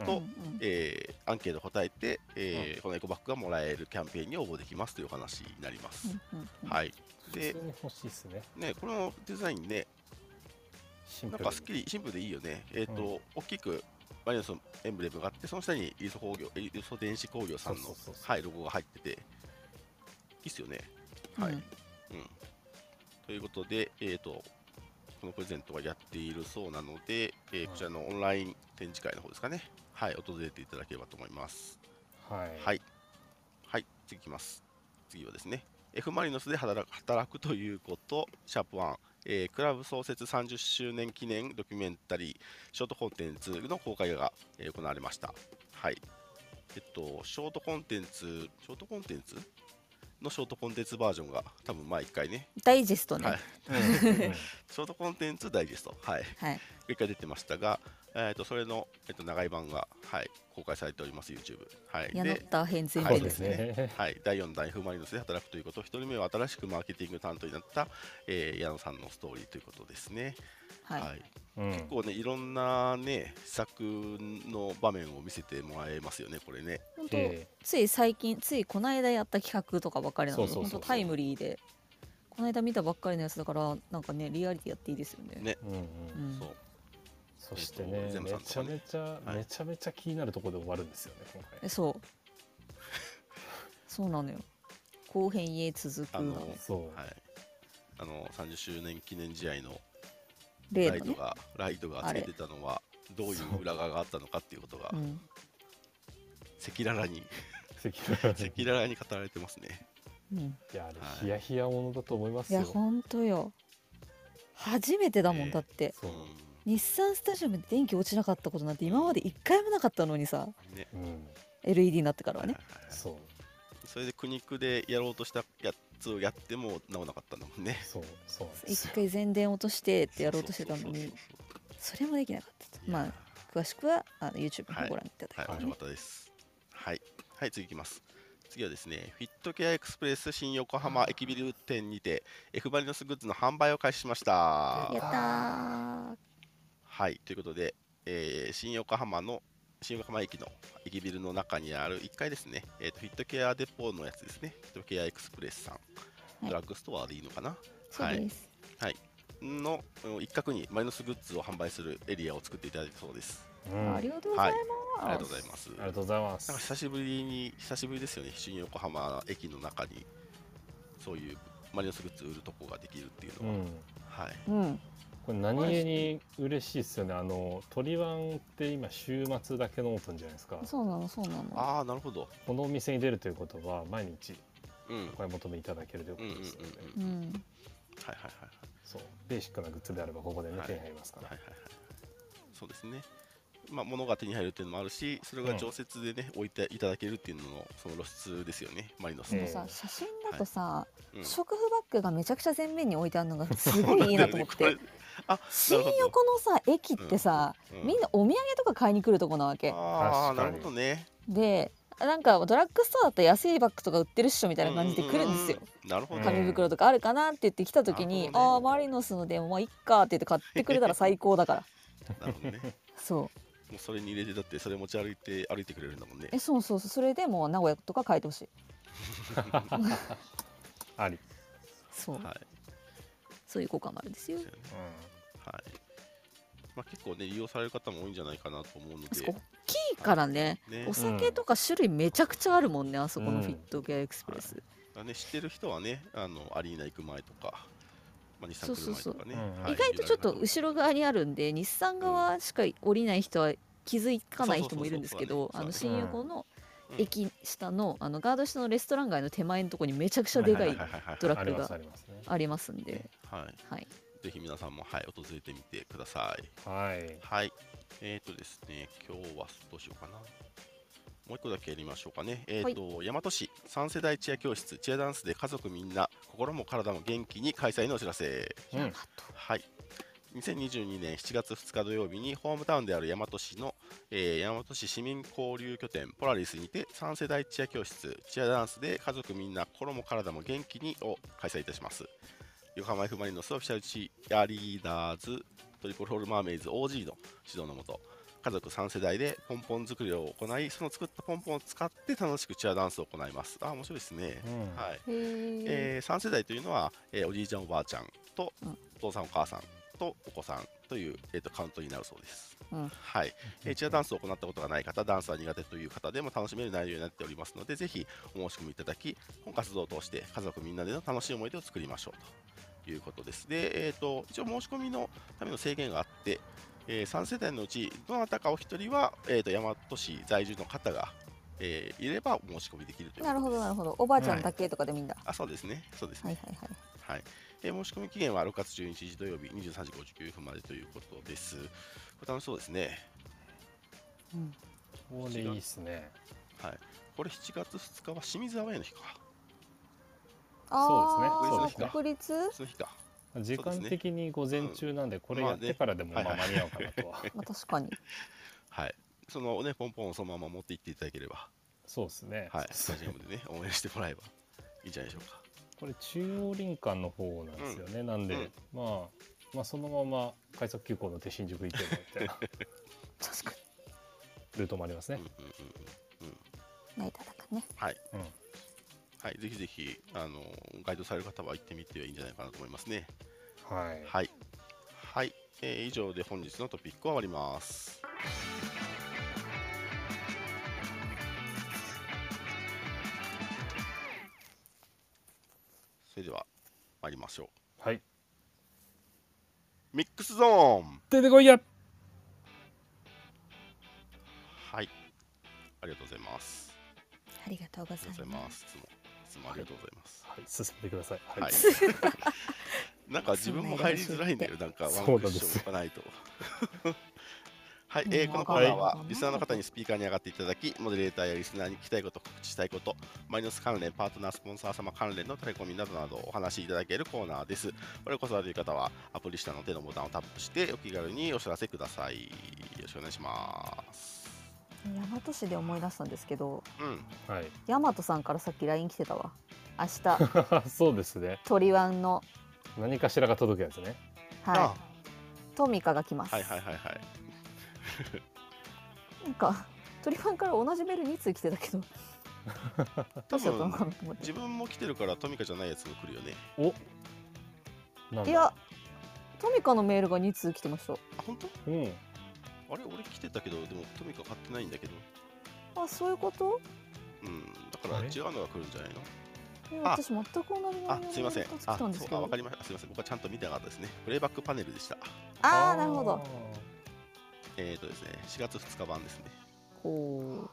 Speaker 2: うん
Speaker 3: と
Speaker 2: うん
Speaker 3: えーアンケート答えて、えーこのエコバッグがもらえるキャンペーンに応募できますというお話になります。
Speaker 2: うんうんうん
Speaker 3: はい、
Speaker 1: 普
Speaker 3: で
Speaker 1: 通に欲しいですね。
Speaker 3: ね、このデザインね、
Speaker 1: シン
Speaker 3: な
Speaker 1: プ
Speaker 3: ん
Speaker 1: ル
Speaker 3: かすっきりシンプルでいいよね。えっ、と、
Speaker 1: う
Speaker 3: 大きくマリノスのエンブレムがあって、その下に輸送工業、輸送電子工業さんの
Speaker 1: そうそうそうそう
Speaker 3: はいロゴが入ってて、いいっすよね。はい、
Speaker 2: う
Speaker 3: うんん。ということで、えっ、と。このプレゼントはやっているそうなので、えーこちらのオンライン展示会の方ですかね、はい、訪れていただければと思います。
Speaker 1: はい。
Speaker 3: はい。はい、次いきます。次はですね、F ・マリノスで働く働くということ、シャープワン、えークラブ創設30周年記念ドキュメンタリー、ショートコンテンツの公開が、えー行われました。はい。えっと、ショートコンテンツ、ショートコンテンツのショートコンテンツバージョンが、多分毎回ね、
Speaker 2: ダイジェストね
Speaker 3: は
Speaker 2: はいい、、
Speaker 1: うん
Speaker 3: ショートコンテンツダイジェスト、はい、一回出てましたが、えー、とそれの、えっと長い版が、はい、公開されております、YouTube。はい、
Speaker 2: 矢野った編全
Speaker 1: そ
Speaker 2: 編
Speaker 1: う
Speaker 2: で
Speaker 1: ですす
Speaker 2: ね、
Speaker 1: ね。
Speaker 3: はい、第4弾 F ・マリノスで働くということ、1人目は新しくマーケティング担当になった、えー矢野さんのストーリーということですね。
Speaker 2: はい
Speaker 1: うん
Speaker 3: 結構ね、いろんなね、施策の場面を見せてもらえますよね、これね。
Speaker 2: 本当、
Speaker 1: え
Speaker 2: つい最近ついこの間やった企画とかばっかりなので
Speaker 1: そうそうそう
Speaker 2: 本当タイムリーでこの間見たばっかりのやつだからなんかねリアリティやっていいですよね
Speaker 3: ね
Speaker 1: えうんうん
Speaker 2: うん
Speaker 3: そう
Speaker 1: そしてね、
Speaker 3: 全
Speaker 1: め
Speaker 3: 部
Speaker 1: ちゃ
Speaker 3: 参考ね
Speaker 1: めちゃ、
Speaker 3: い
Speaker 1: めちゃめちゃ気になるところで終わるんですよね、今
Speaker 2: え
Speaker 1: 回。
Speaker 2: そうそうなのよ後編へ続く
Speaker 3: あ
Speaker 2: の
Speaker 3: の
Speaker 2: ね
Speaker 1: そう。
Speaker 3: はい、あの30周年記念試合の
Speaker 2: 例
Speaker 3: ライ
Speaker 2: の
Speaker 3: ト
Speaker 2: ね、
Speaker 3: が、ライトがつけてたのは、どういう裏側があったのかっていうことが
Speaker 2: う、ん、
Speaker 3: 赤裸々
Speaker 2: [LAUGHS]
Speaker 3: に、
Speaker 1: 赤裸々
Speaker 3: 赤
Speaker 1: に
Speaker 3: 裸々に語られてますね。
Speaker 2: うん、
Speaker 1: いや、あれ
Speaker 3: はい、
Speaker 1: ヒヤヒヤものだと思います
Speaker 2: いや
Speaker 1: よ。
Speaker 2: 本当よ初めてだもん、
Speaker 3: ねえ
Speaker 2: だって
Speaker 1: そう
Speaker 3: う。
Speaker 2: 日産スタジアムで電気落ちなかったことなんて今まで一回もなかったのにさ
Speaker 3: んね
Speaker 1: うん。
Speaker 2: LED になってからはね
Speaker 3: はいはいはい
Speaker 1: そう。
Speaker 3: それで苦肉でやろうとしたやつをやってもなおなかったんだもんね。
Speaker 1: そう。そうなんです
Speaker 2: 一
Speaker 1: よ。
Speaker 2: 回前電落としてってやろうとしてたのに
Speaker 3: そうそうそう
Speaker 2: それもできなかった
Speaker 3: そう
Speaker 2: とまあ詳しくはあの YouTube の
Speaker 3: は
Speaker 2: 方
Speaker 3: い
Speaker 2: ご覧いただ
Speaker 3: はい
Speaker 2: い、て、
Speaker 3: 面白かったです。はい、はい、次いきます。次はですね、フィットケアエクスプレス新横浜駅ビル店にて、F バリノスグッズの販売を開始しました
Speaker 1: い
Speaker 2: や。ったー
Speaker 3: はい、ということで、えー新横浜の新横浜駅の駅ビルの中にある1階ですね、えーとフィットケアデポーのやつですね、フィットケアエクスプレスさん、
Speaker 2: い
Speaker 3: ドラッグストアでいいのかな、
Speaker 2: そう
Speaker 3: はい
Speaker 2: です、
Speaker 3: のうん一角にマイナスグッズを販売するエリアを作っていただいたそうです。
Speaker 1: うん
Speaker 2: あ
Speaker 1: あ
Speaker 2: り
Speaker 1: り
Speaker 2: がとうございます、
Speaker 3: ありがとうございます。
Speaker 1: がとうございま
Speaker 3: なんか
Speaker 1: す。
Speaker 3: 久しぶりに久しぶりですよね。新横浜駅の中にそういうマリノスグッズ売るとこができるっていう
Speaker 1: う
Speaker 3: のは、
Speaker 1: ん。
Speaker 3: はい。
Speaker 2: うん
Speaker 1: これ何気に嬉しいですよね。あの、トリワンって今週末だけのオープンじゃないですか。
Speaker 2: そうなのそうなの
Speaker 3: ああなるほど。
Speaker 1: このお店に出るということは、毎日
Speaker 3: うん。うんうん
Speaker 1: お買い求めいただけるというこ
Speaker 3: うんう
Speaker 1: と
Speaker 3: ん。
Speaker 1: ですので、
Speaker 2: うん
Speaker 3: はいはいは
Speaker 1: そう。ベーシックなグッズであれば、ここでね、
Speaker 3: はい
Speaker 1: 手に入りますか
Speaker 3: いはい
Speaker 1: ら
Speaker 3: はいは。いはい。そうですね。まあ物が手に入るっていうのもあるし、それが常設でね、置いていただけるっていうののその露出ですよね。マリノス
Speaker 2: そ
Speaker 3: の。
Speaker 2: の
Speaker 1: ええ
Speaker 2: さ写真だあとさ、
Speaker 3: うん
Speaker 2: 食腐バッグがめちゃくちゃ前面に置いてあるのがすごいいいなと思っ
Speaker 3: [LAUGHS] これ
Speaker 2: て。
Speaker 3: あ
Speaker 2: 新横のさ駅ってさ、
Speaker 3: う
Speaker 2: みんなお土産とか買いに来るとこなわけ
Speaker 3: ああ
Speaker 1: 確
Speaker 3: な
Speaker 1: か
Speaker 3: る
Speaker 1: に
Speaker 3: ほどね
Speaker 2: でなんかドラッグストアだったら安いバッグとか売ってるっしょみたいな感じで来るんですよ
Speaker 3: う。ううなるほど
Speaker 1: うん
Speaker 2: 紙袋とかあるかなって言って来た時に「
Speaker 3: なるほどね
Speaker 2: ああマリノスのでもまあいっか」って言って買ってくれたら最高だから
Speaker 3: なるほどね
Speaker 2: そう
Speaker 3: もうそれに入れてだってそれ持ち歩いて歩いてくれるんだもんね
Speaker 2: えそうそうそうそれでもう名古屋とか変えてほしい
Speaker 1: あり、
Speaker 2: そう、
Speaker 3: はい
Speaker 2: そういう効果もあるんですよ
Speaker 3: はいまあ、結構ね利用される方も多いんじゃないかなと思うの
Speaker 2: あそこ
Speaker 3: で、
Speaker 2: 大きいからね
Speaker 3: ね
Speaker 2: お酒とか種類めちゃくちゃあるもんねあそこのフィットギアエクスプレス、
Speaker 3: だね、知ってる人はねあのアリーナ行く前とか、まあ、日産来る
Speaker 1: そう
Speaker 3: 前とかね
Speaker 1: そうそううん
Speaker 3: はい
Speaker 2: 意外とちょっと後ろ側にあるんで日産側しか降りない人は気づかない人もいるんですけどあ
Speaker 3: そうそ
Speaker 2: の
Speaker 3: うそう
Speaker 1: そう
Speaker 2: 新横の
Speaker 3: うん
Speaker 2: 駅下のあのガード下のレストラン街の手前のとこにめちゃくちゃでか
Speaker 1: はいいはい
Speaker 2: ドラ
Speaker 1: あ
Speaker 2: ッ
Speaker 1: り
Speaker 2: グ
Speaker 1: ますあ
Speaker 2: が
Speaker 1: りますね
Speaker 2: ありますんで、
Speaker 3: はい
Speaker 2: はい、
Speaker 3: ぜひ皆さんも、はい、訪れてみてください。
Speaker 1: はい
Speaker 3: はい。えっ、ー、とですね、今日はどうしようかな。もう一個だけやりましょうかね。えっ、と、大和市三世代チア教室、チアダンスで家族みんな、心も体も元気に開催のお知らせ。
Speaker 1: うん
Speaker 2: あと
Speaker 3: はい。2022年7月2日土曜日にホームタウンである大和市の、えー、大和市市民交流拠点ポラリスにて3世代チア教室チアダンスで家族みんな心も体も元気にを開催いたします横浜 F ・マリノスオフィシャルチアリーダーズトリプルホールマーメイズ OG の指導のもと家族3世代でポンポン作りを行いその作ったポンポンを使って楽しくチアダンスを行いますあー面白いですね、
Speaker 1: うん
Speaker 3: はい
Speaker 2: へー
Speaker 3: え3世代というのは、えーおじいちゃんおばあちゃんと、
Speaker 2: うん
Speaker 3: お父さんお母さんとお子さんという、えー、とカウントになるそうです、
Speaker 2: うん
Speaker 3: はい、えーチアダンスを行ったことがない方ダンスは苦手という方でも楽しめる内容になっておりますのでぜひお申し込みいただき本活動を通して家族みんなでの楽しい思い出を作りましょうということですで、えー、と一応申し込みのための制限があって、え3世代のうちどなたかお一人は、えー、と大和市在住の方が、えーいればお申し込みできるということです
Speaker 2: なるほどなるほどおばあちゃんだけとかでもいいんだ、
Speaker 3: あそうですねそうですね
Speaker 2: はい、はいはい
Speaker 3: はいえー申し込み期限は6月11日土曜日23時59分までということです。これ楽しそうですね。
Speaker 2: うん
Speaker 1: これいいっすね
Speaker 3: はい、これ7月2日は清水アウェイの日か。
Speaker 2: あ
Speaker 3: そう
Speaker 2: あ
Speaker 3: ですね
Speaker 2: 国立
Speaker 3: その日か。
Speaker 1: 時間的に午前中なんでこれやってからでも
Speaker 3: まあ
Speaker 1: ま
Speaker 3: ね
Speaker 1: あ間に合うかなとは、
Speaker 2: まあ確かに
Speaker 3: はい。そのね、ポンポンをそのまま持って行っていただければ、
Speaker 1: そうですね、
Speaker 3: はい、スタジアムでね、応援してもらえばいいんじゃないでしょうか。
Speaker 1: これ中央林間の方なんですよね、なんで、
Speaker 3: うん
Speaker 1: まあまあそのまま快速急行の手新宿行ってもみたいな
Speaker 2: 確か
Speaker 1: ルートもあります
Speaker 3: うん
Speaker 1: ね
Speaker 3: うん、うん
Speaker 2: に成田だからね
Speaker 3: はい、
Speaker 1: うん
Speaker 3: はい、ぜひぜひ、あのー、ガイドされる方は行ってみてはいいんじゃないかなと思いますね。
Speaker 1: はい、
Speaker 3: はい。はい。えー以上で本日のトピックは終わります。それでは参りましょ
Speaker 1: はい、
Speaker 3: う。ミックスゾーン。
Speaker 1: 出てこいや
Speaker 3: はい。ありがとうございます。
Speaker 2: ありがとうござ
Speaker 3: ありがとう
Speaker 2: い
Speaker 3: ござい
Speaker 2: ま
Speaker 3: ますす。いつもいつもありがとうございます。
Speaker 1: はい進んでくださいはい、
Speaker 3: はい。
Speaker 1: [LAUGHS]
Speaker 3: なんか自分も入りづらいんだよ、なんかワンク
Speaker 1: そうなん
Speaker 3: ッ
Speaker 1: です
Speaker 3: ション置かないと。 [LAUGHS] はい、えーこのコーナーは、リスナーの方にスピーカーに上がっていただき、モデレーターやリスナーに聞きたいこと、告知したいこと、マイナス関連、パートナー、スポンサー様関連のタレコミなどなどお話しいただけるコーナーです。これこそある方は、アプリ下の手のボタンをタップして、お気軽にお知らせください。よろしくお願いします。
Speaker 2: 大和市で思い出したんですけど
Speaker 3: うん、
Speaker 1: はい
Speaker 2: 大和さんからさっき LINE 来てたわ明日
Speaker 1: [LAUGHS] そうですね
Speaker 2: 鳥ワン
Speaker 3: [LAUGHS]
Speaker 2: の
Speaker 1: 何かしらが届くやつね [LAUGHS]
Speaker 3: あ
Speaker 2: はいトミカが来ます、
Speaker 3: はいはいはいはい。
Speaker 2: なんか鳥ワンから同じメール2通来てたけどど
Speaker 3: 多
Speaker 2: うしちゃったの
Speaker 3: 分
Speaker 2: かなと思って
Speaker 3: 自分も来てるから、トミカじゃないやつも来るよね。
Speaker 1: おなんだ
Speaker 2: いやトミカのメールが2通来てました
Speaker 3: あ、本当
Speaker 1: うん
Speaker 3: あれ俺来てたけどでもトミカ買ってないんだけど
Speaker 2: あそういうこと
Speaker 3: うんだから
Speaker 1: あれ
Speaker 3: 違うのが来るんじゃないの
Speaker 2: え
Speaker 3: あ
Speaker 2: 私全く同じ内容の
Speaker 3: あ
Speaker 2: メール
Speaker 3: すいません
Speaker 2: が来
Speaker 3: あ
Speaker 2: たんで
Speaker 3: そ
Speaker 2: す
Speaker 3: う
Speaker 2: け
Speaker 3: あわ
Speaker 2: ど
Speaker 3: かりましたすいません僕はちゃんと見てなかったですねプレイバックパネルでした
Speaker 2: ああなるほど
Speaker 3: えっ、ー、とですね4月2日版ですね
Speaker 2: ほ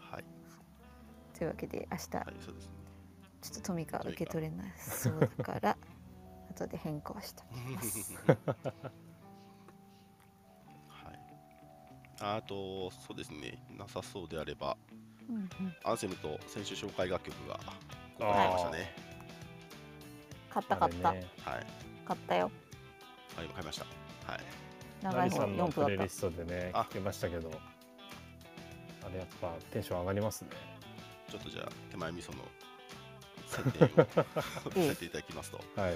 Speaker 3: はい、
Speaker 2: うというわけで明日
Speaker 3: はい、そうですね
Speaker 2: ちょっとトミカ受け取れなそうだから後で変更した
Speaker 3: [LAUGHS]
Speaker 2: ます。
Speaker 3: はいああとそうですねなさそうであれば
Speaker 2: うんうん
Speaker 3: アンセムと先週紹介楽曲が公開されましたね。
Speaker 2: 買った買った、
Speaker 1: あれね
Speaker 3: はい、
Speaker 2: 買ったよ
Speaker 3: はい、買いました。はい、
Speaker 2: 長
Speaker 1: ナ
Speaker 2: い方
Speaker 1: リさんの
Speaker 2: 4
Speaker 1: プ
Speaker 2: 分
Speaker 1: レイ
Speaker 2: だっ
Speaker 1: リストでね
Speaker 3: あ
Speaker 1: 聞けましたけどあれやっぱテンション上がりますね
Speaker 3: ちょっとじゃあ手前味噌の宣伝
Speaker 2: [LAUGHS]
Speaker 3: をさせていただきますと、
Speaker 1: はい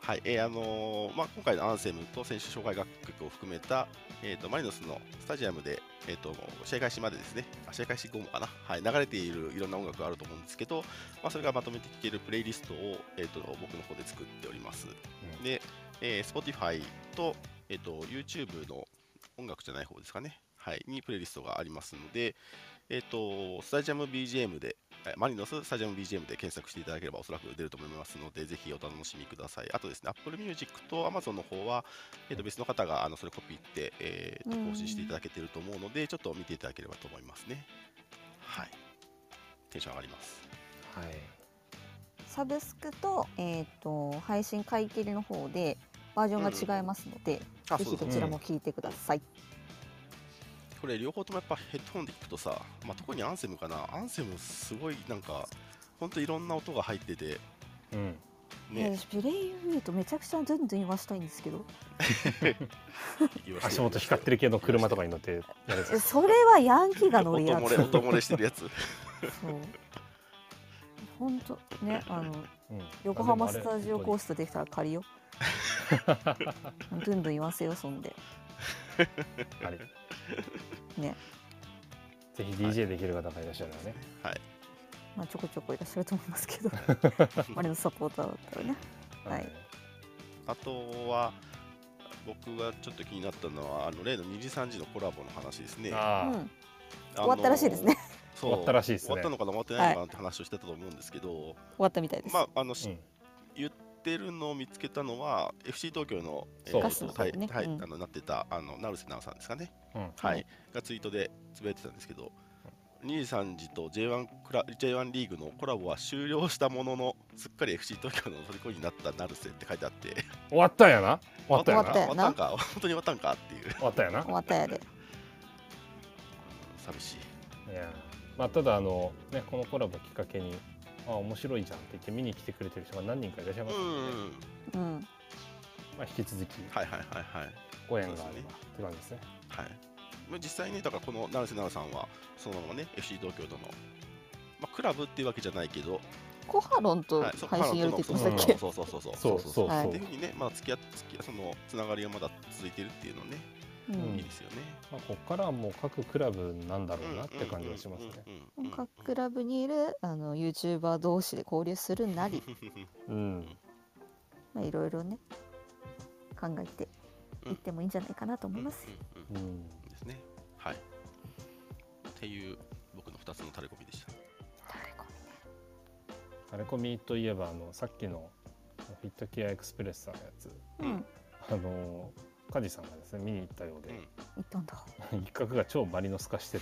Speaker 3: はい、えーあのーまあ今回のアンセムと先週紹介楽曲を含めたえっ、とマリノスのスタジアムでえっ、と試合開始までですね、あ試合開始後もかな、はい流れているいろんな音楽があると思うんですけど、まあそれがまとめて聴けるプレイリストをえっ、と僕の方で作っております。
Speaker 1: うん
Speaker 3: で、えー Spotify と,、えー、と YouTube の音楽じゃない方ですかね、はい、にプレイリストがありますので、えー、とスタジアム BGM で、えーマリノススタジアム BGM で検索していただければおそらく出ると思いますので、ぜひお楽しみください。あとですね、Apple Music と Amazon の方は、えー、と別の方があのそれコピーって、えーと
Speaker 2: うん
Speaker 3: 更新していただけてると思うので、ちょっと見ていただければと思いますね。はい。テンション上がります。
Speaker 1: はい
Speaker 2: たサブスクと,、えー、と配信買い切りの方でバージョンが違いますので、
Speaker 3: あ
Speaker 2: ぜ
Speaker 3: そう
Speaker 2: ひど
Speaker 3: だそうだ
Speaker 2: ちらも聞いてください、
Speaker 3: これ両方ともやっぱヘッドホンで聞くとさ、まあ、特にアンセムかなアンセムすごいなんかほんといろんな音が入ってて
Speaker 1: うん
Speaker 2: え
Speaker 3: ね
Speaker 2: 私プレイユーとめちゃくちゃずんずん言わしたいんですけど
Speaker 1: 足元光ってる系の車とかに乗ってやるやつ
Speaker 2: えそれはヤンキーが乗
Speaker 3: 音
Speaker 2: るや
Speaker 3: 漏
Speaker 2: つ
Speaker 3: れ音漏れして
Speaker 1: [LAUGHS]
Speaker 3: るやつ
Speaker 2: そう本当ねあの
Speaker 1: うん
Speaker 2: 横浜スタジオコーストできたら借りようどんどん言わせよそんで
Speaker 1: あれ
Speaker 2: ね、
Speaker 1: ぜひ DJ できる方がいらっしゃるらね、
Speaker 3: はい
Speaker 2: まあちょこちょこいらっしゃると思いますけどマリのサポーターだったらねはい
Speaker 3: あとは僕がちょっと気になったのはあの例の2時3時のコラボの話ですね
Speaker 2: う
Speaker 1: ああ、
Speaker 2: ん
Speaker 3: あの
Speaker 2: 終わったらしいですね
Speaker 3: そ
Speaker 1: 終
Speaker 3: う
Speaker 1: わったらしいですね
Speaker 3: 終わったのかな終わってないのかなって話をしてたと思うんですけど、
Speaker 2: 終わったみたいです、
Speaker 3: まああの、
Speaker 1: う
Speaker 3: 知っ
Speaker 1: ん
Speaker 3: てるのを見つけたのは FC 東京のえ
Speaker 1: そう
Speaker 3: ー
Speaker 1: ガ
Speaker 2: スの
Speaker 3: はい、
Speaker 2: ね
Speaker 3: はい
Speaker 2: うん
Speaker 3: あのなってたあの成瀬奈緒さんですかね
Speaker 1: うん
Speaker 3: は
Speaker 2: はい
Speaker 3: い、がツイートでつぶやいてたんですけど、2時、3時と J1, クラ J1 リーグのコラボは終了したものの、すっかり FC 東京の虜になった成瀬って書いてあって、
Speaker 1: 終わったんやな終わった
Speaker 3: 終
Speaker 1: んや
Speaker 3: わっ
Speaker 1: な
Speaker 2: 終
Speaker 3: た
Speaker 2: わ
Speaker 3: ん
Speaker 2: っ
Speaker 3: か、 [LAUGHS]
Speaker 2: たよな
Speaker 3: 本当に終わったんかっていう、
Speaker 1: 終わったんやな
Speaker 2: 終わったやで
Speaker 3: 寂しい。
Speaker 1: いやーまあただあのねこのコラボきっかけにあ面白いじゃんって言って見に来てくれてる人が何人かいらっしゃい
Speaker 3: うん
Speaker 1: ます
Speaker 3: う
Speaker 1: ので、
Speaker 3: ん、
Speaker 2: う
Speaker 1: ま
Speaker 2: ん
Speaker 1: あ引き続き
Speaker 3: はいはいはいはい。
Speaker 1: ご縁があ
Speaker 3: そう
Speaker 1: れ
Speaker 3: ですね
Speaker 1: ばって感じですね
Speaker 3: はいまあ実際ね、だからこの成瀬奈緒さんは、そのままね、FC 東京との、まあ、クラブっていうわけじゃないけど、
Speaker 2: コハロンと
Speaker 3: はい、
Speaker 2: 配信やるって
Speaker 3: そ
Speaker 2: 言
Speaker 3: う
Speaker 1: コハ
Speaker 2: ってま
Speaker 1: ロ
Speaker 2: し
Speaker 1: ン
Speaker 2: たっけ
Speaker 3: そうそうそうそう
Speaker 1: そうそうそう、
Speaker 2: はい
Speaker 3: っていうふうにね、まあ、付き合っ付き合そのつながりがまだ続いてるっていうのね、
Speaker 2: う
Speaker 1: うん
Speaker 3: いいですよね。
Speaker 1: まあ、ここからはもう各クラブなんだろうなって感じがしますね
Speaker 3: うんうんうんうんうん。
Speaker 2: 各クラブにいるあの YouTuber 同士で交流するなり、
Speaker 1: うん、
Speaker 2: まあ、いろいろね考えていってもいいんじゃないかなと思います、
Speaker 3: うんうん
Speaker 1: うん
Speaker 3: うんですね。はい。っていう僕の二つのタレコミでした。
Speaker 2: 誰か
Speaker 1: タレコミといえばあのさっきのフィットケアエクスプレスさんのやつ
Speaker 2: うん行
Speaker 1: あのー梶さんがですね見に行ったようで、
Speaker 2: ったんだ
Speaker 1: 一角が超バリノス化して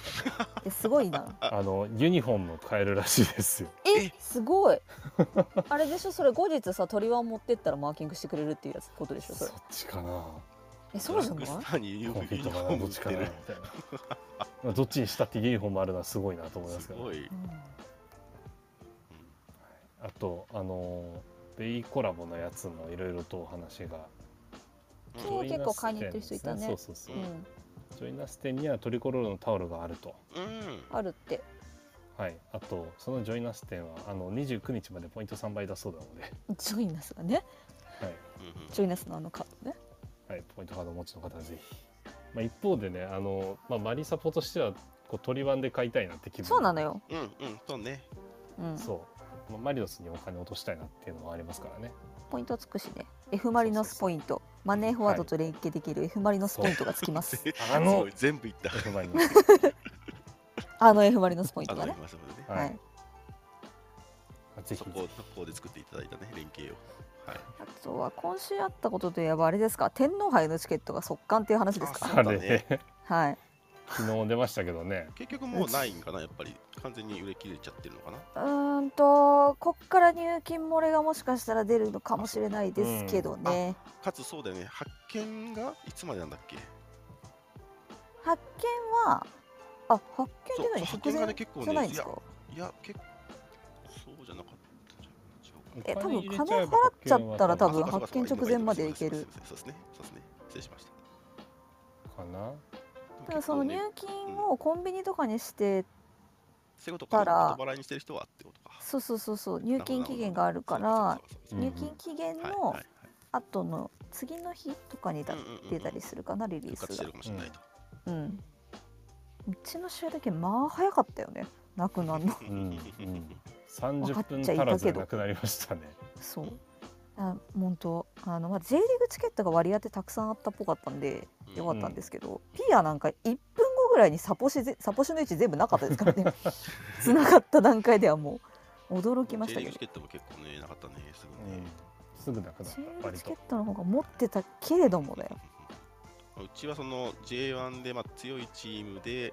Speaker 2: えすごいな
Speaker 1: たあのユニフォーム変えるらしいですよ
Speaker 2: えすごいあれでしょそれ後日さ鳥は持ってったらマーキングしてくれるっていうやつことでしょそ
Speaker 1: そっ
Speaker 2: れ
Speaker 1: ちかな
Speaker 2: えそうじゃな
Speaker 3: ドラッグ
Speaker 2: い
Speaker 3: スターにユニフ
Speaker 1: コ
Speaker 3: ォ
Speaker 1: ンフィとか
Speaker 3: ー
Speaker 1: な
Speaker 3: ム
Speaker 1: ど
Speaker 3: 売
Speaker 1: っ
Speaker 3: っ
Speaker 1: ちか
Speaker 3: て
Speaker 1: なみ
Speaker 3: る。
Speaker 1: たいな [LAUGHS] まあどっちにしたってユニフォームあるのはすごいなと思います
Speaker 3: す
Speaker 1: けど
Speaker 3: ごい。
Speaker 1: あとあのーベイコラボのやつもいろいろとお話が
Speaker 2: うんそう結構買いに行ってる人いたね
Speaker 1: そうそうそうう、
Speaker 2: ん、
Speaker 1: ジョイナス店にはトリコロールのタオルがあると
Speaker 3: うん。
Speaker 2: あるって
Speaker 1: はいあとそのジョイナス店はあの29日までポイント3倍だそうなの
Speaker 2: [LAUGHS]
Speaker 1: で、
Speaker 2: ジョイナスがね
Speaker 1: はい、
Speaker 2: ジョイナスのあのカードね
Speaker 1: はい、ポイントカードをお持ちの方はぜひ、まあ、一方でねあの、まあ、マリサポとしてはこう鳥版で買いたいなって気分
Speaker 2: そうなのよ、
Speaker 3: うんうん。そうね。
Speaker 2: うん、
Speaker 1: そう、まあ、マリノスにお金落としたいなっていうのもありますからね
Speaker 2: ポイントつくしね F ・マリノスポイントマネーフォワードと連携できる F ・マリノスポイントがつきます
Speaker 1: あの
Speaker 3: すごい全部いった。
Speaker 1: F マ
Speaker 2: [LAUGHS]
Speaker 1: リノス
Speaker 2: あの F ・マリノスポイン
Speaker 3: あ
Speaker 2: トが
Speaker 3: の
Speaker 2: ね
Speaker 3: 今そこでね。
Speaker 1: は、
Speaker 2: はいい
Speaker 1: まあぜひ
Speaker 3: そこそこで作っていただいたね連携を。はい。
Speaker 2: あとは今週あったことといえばあれですか天皇杯のチケットが速乾っていう話です
Speaker 3: あ
Speaker 2: か
Speaker 3: そ
Speaker 1: あ
Speaker 3: うだ
Speaker 1: れ、
Speaker 3: ね
Speaker 2: はい
Speaker 1: [LAUGHS] 昨日出ましたけどね
Speaker 3: 結局もうないんかなやっぱり完全に売れ切れちゃってるのかな。
Speaker 2: うーんとこっから入金漏れがもしかしたら出るのかもしれないですけどね、
Speaker 3: かつそうだよね発見がいつまでなんだっけ。
Speaker 2: 発見はあ発見
Speaker 3: そう
Speaker 2: じゃない
Speaker 3: そう
Speaker 2: 直
Speaker 3: 発見がね
Speaker 2: 前
Speaker 3: 結構ね
Speaker 2: じゃないんです
Speaker 3: い
Speaker 2: か
Speaker 3: いや結構そうじゃなかったんじゃないでしょうか
Speaker 2: え多分
Speaker 1: お入れえば
Speaker 2: 金払っちゃった
Speaker 1: 発見
Speaker 2: ら
Speaker 1: は
Speaker 2: 多分
Speaker 3: あそうかそうか
Speaker 2: 発見直前までいける
Speaker 3: そうですねそうですねそうですね失礼しました
Speaker 1: かな
Speaker 2: ただその入
Speaker 3: 結構ね
Speaker 2: 金をコンビニとかにして、
Speaker 3: そういうこと
Speaker 2: たら
Speaker 3: か後払いにしてる人はってことか
Speaker 2: そうそうそうそう入金期限があるから
Speaker 1: うん
Speaker 2: 入金期限
Speaker 3: はい
Speaker 2: の
Speaker 3: はい
Speaker 2: 後の次の日とかにだ
Speaker 3: うんうんうんうん
Speaker 2: 出たりするかなリリー
Speaker 3: 復活
Speaker 2: ス
Speaker 3: して
Speaker 2: が
Speaker 3: るかもしれないと、
Speaker 2: うんうちの週だけまあ早かったよねなくなるの
Speaker 3: [LAUGHS]
Speaker 1: うんうん30分
Speaker 2: 分かっちゃ
Speaker 1: 足
Speaker 2: い
Speaker 1: ら
Speaker 2: た
Speaker 1: ずで
Speaker 2: けど
Speaker 1: なくなりましたね
Speaker 2: そうあ本当あの、まあ、J リーグチケットが割り当てたくさんあったっぽかったんでよかったんですけど、ピアなんか1分後ぐらいにサポシぜサポシの位置全部なかったですからね [LAUGHS] 繋がった段階ではもう驚きました
Speaker 3: うん J リ
Speaker 2: け
Speaker 3: ーグ
Speaker 2: ど
Speaker 3: チケットも結構ねなかったねす
Speaker 1: う
Speaker 3: ぐね
Speaker 1: んすぐなくなっ
Speaker 2: J リー
Speaker 1: た
Speaker 2: グ
Speaker 1: 割
Speaker 2: チケ
Speaker 1: と
Speaker 2: ットの方が持ってたけれどもだよ
Speaker 3: うんうちはその J1 でまあ強いチームで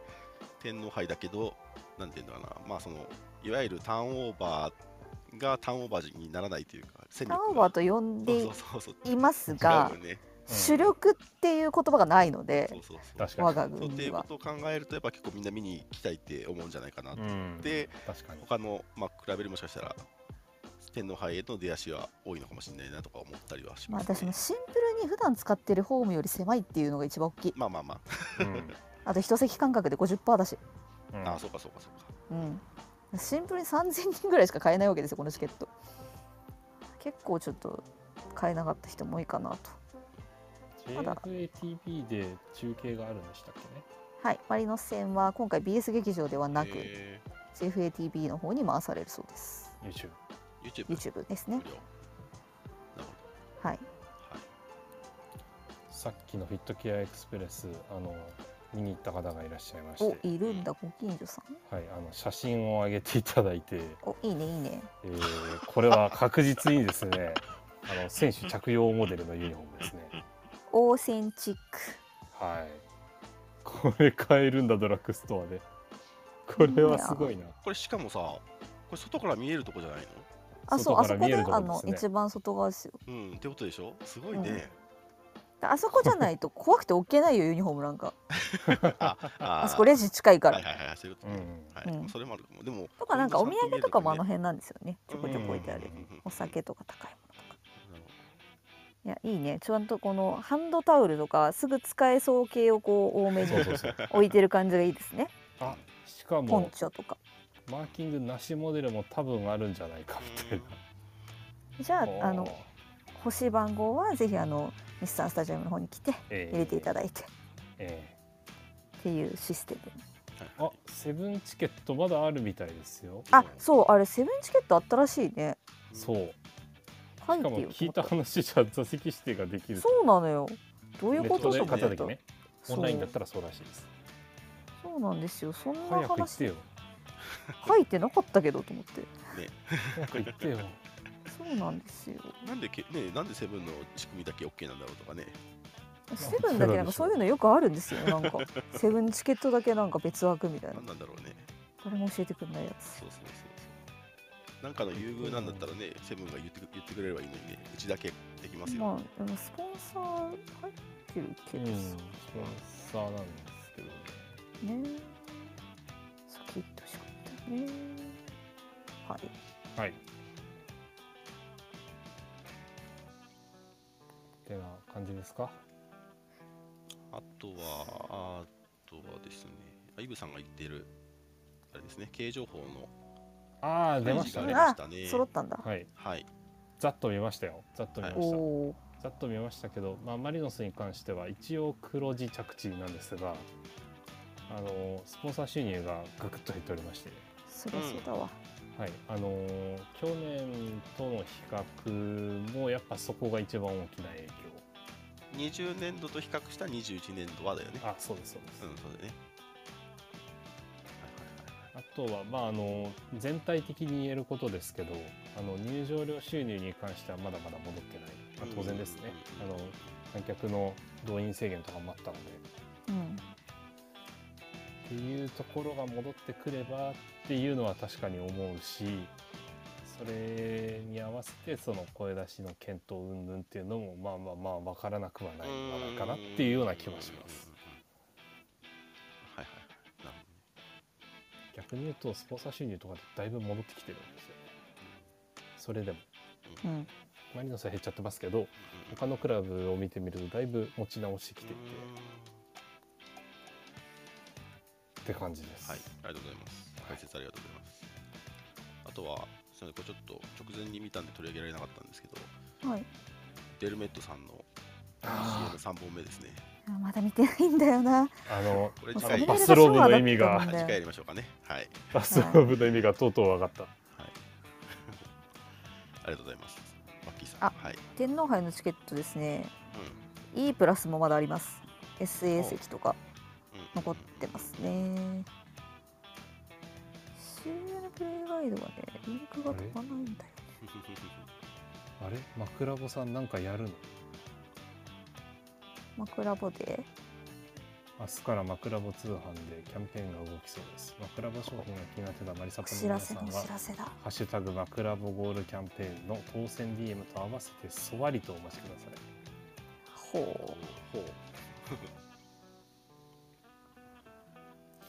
Speaker 3: 天皇杯だけど、なんていうのかな、まあそのいわゆるターンオーバーがターンオーバーにならないというか、戦
Speaker 2: ター
Speaker 3: 力
Speaker 2: ンオーバー
Speaker 3: と
Speaker 2: と呼んで
Speaker 3: そうそうそう
Speaker 2: います
Speaker 3: 違
Speaker 2: が
Speaker 3: うよね、
Speaker 2: 主力っていう言葉がないので
Speaker 3: そうそうそう。
Speaker 1: 確かに
Speaker 2: 我が
Speaker 3: そう
Speaker 2: 軍
Speaker 3: ってい
Speaker 2: に
Speaker 3: うこ
Speaker 2: は
Speaker 3: とを考えると、やっぱ結構みんな見に行きたいって思うんじゃないかな。
Speaker 1: うん
Speaker 3: で
Speaker 1: 確かに
Speaker 3: 他の、まあ、比べるもしかしたら天皇杯への出足は多いのかもしれないなとか思ったりはし
Speaker 2: まあ
Speaker 3: ます、ね。
Speaker 2: 私もシンプルに普段使ってるホームより狭いっていうのが一番大きい
Speaker 3: まあまあま
Speaker 1: うん
Speaker 2: あと一席間隔で50%だし
Speaker 1: うん
Speaker 3: あ、ああ、そうかそうかそうか。
Speaker 2: うんシンプルに3000人ぐらいしか買えないわけですよこのチケット結構ちょっと買えなかった人も多いかなと
Speaker 1: JFATV で中継があるんでしたっけね
Speaker 2: はいマリノス戦は今回 BS 劇場ではなく
Speaker 3: え
Speaker 2: JFATV の方に回されるそうです
Speaker 1: YouTube
Speaker 3: ー YouTube
Speaker 2: YouTube です
Speaker 3: 無
Speaker 2: ね
Speaker 3: 料。なるほ
Speaker 2: はい
Speaker 3: ど。はい。
Speaker 1: さっきのフィットケアエクスプレスあの見に行った方がいらっしゃいまして
Speaker 2: おいるんだご近所さん
Speaker 1: はい、あの写真を上げていただいて、
Speaker 2: おいいねいいね
Speaker 1: えーこれは確実にですね [LAUGHS] あの選手着用モデルのユニフォームですね
Speaker 2: オーセンチック
Speaker 1: はいこれ買えるんだドラッグストアでこれはすごいな
Speaker 3: これしかもさ、これ外から見えるとこじゃないの？
Speaker 2: あそう
Speaker 1: 外か
Speaker 2: あそ
Speaker 1: ら
Speaker 2: こ
Speaker 1: 見え
Speaker 2: で
Speaker 1: るとこ
Speaker 2: あ
Speaker 1: ろで
Speaker 2: の
Speaker 1: すね
Speaker 2: 一番外側ですよ
Speaker 3: うん。ってことでしょ？すごいね。
Speaker 2: あそこじゃない
Speaker 1: [LAUGHS]
Speaker 2: と怖くて置けないよユニフォームなんか
Speaker 3: あ、あ
Speaker 2: あそこレジ近いか
Speaker 3: はいは
Speaker 2: ら
Speaker 3: いはいそういうことね。
Speaker 1: う
Speaker 3: はい。
Speaker 2: うん
Speaker 3: それもあるかも。でも
Speaker 2: とかなんかお土産とかもあの
Speaker 3: 辺
Speaker 2: 辺なんですよねちょこちょこ置いてある
Speaker 1: うん
Speaker 2: お酒とか高いものとかいやいいねちゃんとこのハンドタオルとかすぐ使えそう系をこう多めに
Speaker 1: そうそうそう
Speaker 2: 置いてる感じがいいですね
Speaker 1: あしか
Speaker 2: ポン
Speaker 1: も
Speaker 2: チョとか
Speaker 1: マーキングなしモデルも多分あるんじゃないかみたい
Speaker 2: じゃ
Speaker 1: な
Speaker 2: ああの欲しい番号はぜひあの日産スタジアムの方に来て入
Speaker 1: 入
Speaker 2: れていた
Speaker 1: だ
Speaker 2: だいて
Speaker 1: え
Speaker 2: っていうシステム
Speaker 1: ーあセブンチケットまだあるみたいですよ
Speaker 2: あそうあれセブンチケットあったらしいね
Speaker 1: そうし
Speaker 2: 書い
Speaker 1: か
Speaker 2: て
Speaker 1: も
Speaker 2: よ
Speaker 1: 聞いた話じゃ座席指定ができる
Speaker 2: そうなのよどういう
Speaker 1: ネ
Speaker 2: こ
Speaker 1: ッ
Speaker 2: と
Speaker 1: ト
Speaker 2: と
Speaker 1: で
Speaker 2: 思
Speaker 1: 買
Speaker 2: っ
Speaker 1: った
Speaker 2: た
Speaker 1: 時ね
Speaker 2: そ
Speaker 1: オ
Speaker 2: う
Speaker 1: ンラインだったらそうらしいです
Speaker 2: そうなんですよそんな
Speaker 1: 早く行っ
Speaker 2: 話
Speaker 1: てよ
Speaker 2: 書いてなかったけどと思って
Speaker 1: 早く行ってよ
Speaker 2: そうなんですよ
Speaker 3: うん。なんでけねなんでセブンの仕組みだけ OK なんだろうとかね。
Speaker 2: セブンだけなんかそういうのよくあるんですよなん
Speaker 1: [LAUGHS]
Speaker 2: かセブンチケットだけなんか別枠みたいな
Speaker 3: なんなんだろうね。
Speaker 2: 誰も教えてくれないやつ
Speaker 3: そうそうそうそう。なんかの優遇なんだったらね、セブンが言ってく言ってくれればいいのにね、うちだけできますよ。
Speaker 2: まあでもスポンサー入ってるけ
Speaker 1: うん
Speaker 2: ど
Speaker 1: ス
Speaker 2: さ、
Speaker 1: ポンサーなんですけどね
Speaker 2: ね先行ってほしかったねはい
Speaker 1: はいてな感じですか
Speaker 3: あとは、あとはですね、あイブさんが言っている、あれですね、経営情報の
Speaker 1: ああ出ま
Speaker 3: 記
Speaker 1: し
Speaker 3: 事
Speaker 1: た
Speaker 3: が
Speaker 1: ね
Speaker 3: ありましたね。
Speaker 2: 揃ったんだ、
Speaker 1: はい
Speaker 3: はい。
Speaker 1: ざっと見ましたよざっと見ま
Speaker 2: お
Speaker 1: した
Speaker 2: お
Speaker 1: ざっと見ましたけど、まあ、マリノスに関しては一応黒字着地なんですがあのスポンサー収入がガクッと減っておりまして、
Speaker 2: そりゃそうだわ、
Speaker 1: はいあの去年との比較もやっぱそこが一番大きな影響
Speaker 3: 20年度と比較した21年度はだよね。
Speaker 1: あそうですそうです、
Speaker 3: うん、そうだよね。
Speaker 1: あとは、まあ、あの全体的に言えることですけどあの入場料収入に関してはまだまだ戻ってない、まあ当然ですねあの観客の動員制限とかもあったので
Speaker 2: うん
Speaker 1: っていうところが戻ってくればっていうのは確かに思うしそれに合わせてその声出しの検討云々っていうのもまあまあまあ分からなくはない
Speaker 3: うん
Speaker 1: まだかなっていうような気はします。
Speaker 3: うんうんうんうんはいはいはい。なるほどね
Speaker 1: 逆に言うとスポンサー収入とかでだいぶ戻ってきてるんですよそれでも
Speaker 2: うん
Speaker 1: マリノスは減っちゃってますけど
Speaker 3: うん
Speaker 1: 他のクラブを見てみるとだいぶ持ち直してきていてって感じです、
Speaker 3: はい、ありがとうございます。解説ありがとうございます。あとは、すみません、これちょっと直前に見たんで取り上げられなかったんですけど、
Speaker 2: はいい
Speaker 3: デルメットさんの
Speaker 1: あ
Speaker 3: CM3 本目ですね。
Speaker 2: やまだ見てないんだよな
Speaker 1: あの
Speaker 3: これ
Speaker 2: まあ
Speaker 3: 次
Speaker 2: それ
Speaker 3: 回、
Speaker 1: バ
Speaker 2: ぐらい
Speaker 1: ス
Speaker 2: が
Speaker 1: ローブの意味が
Speaker 2: ショーだったん
Speaker 3: 次回
Speaker 2: で
Speaker 3: やりましょうかね。はい、 [LAUGHS]
Speaker 1: バスローブの意味がとうとう分かった
Speaker 3: ありがとうございます。マッキーさん。
Speaker 2: あ
Speaker 3: はい。
Speaker 2: 天皇杯のチケットですね
Speaker 3: う
Speaker 2: E プラスもまだあります SA 席とか
Speaker 3: んうん
Speaker 2: 残ってますね CN プレイガイドはねリンクが飛ばないんだよ
Speaker 1: あれ枕ボさんなんかやるの
Speaker 2: 枕ボで
Speaker 1: 明日から枕ボ通販でキャンペーンが動きそうです枕ボ商品が気になってたマリサ
Speaker 2: お
Speaker 1: ポの
Speaker 2: 知ら
Speaker 1: 皆
Speaker 2: せ
Speaker 1: さ
Speaker 2: の
Speaker 1: ん
Speaker 2: お
Speaker 1: は
Speaker 2: 知らせだ
Speaker 1: ハッシュタグ枕ボゴールキャンペーンの当選 DM と合わせてそわりとお待ちください
Speaker 2: ほ
Speaker 1: ほう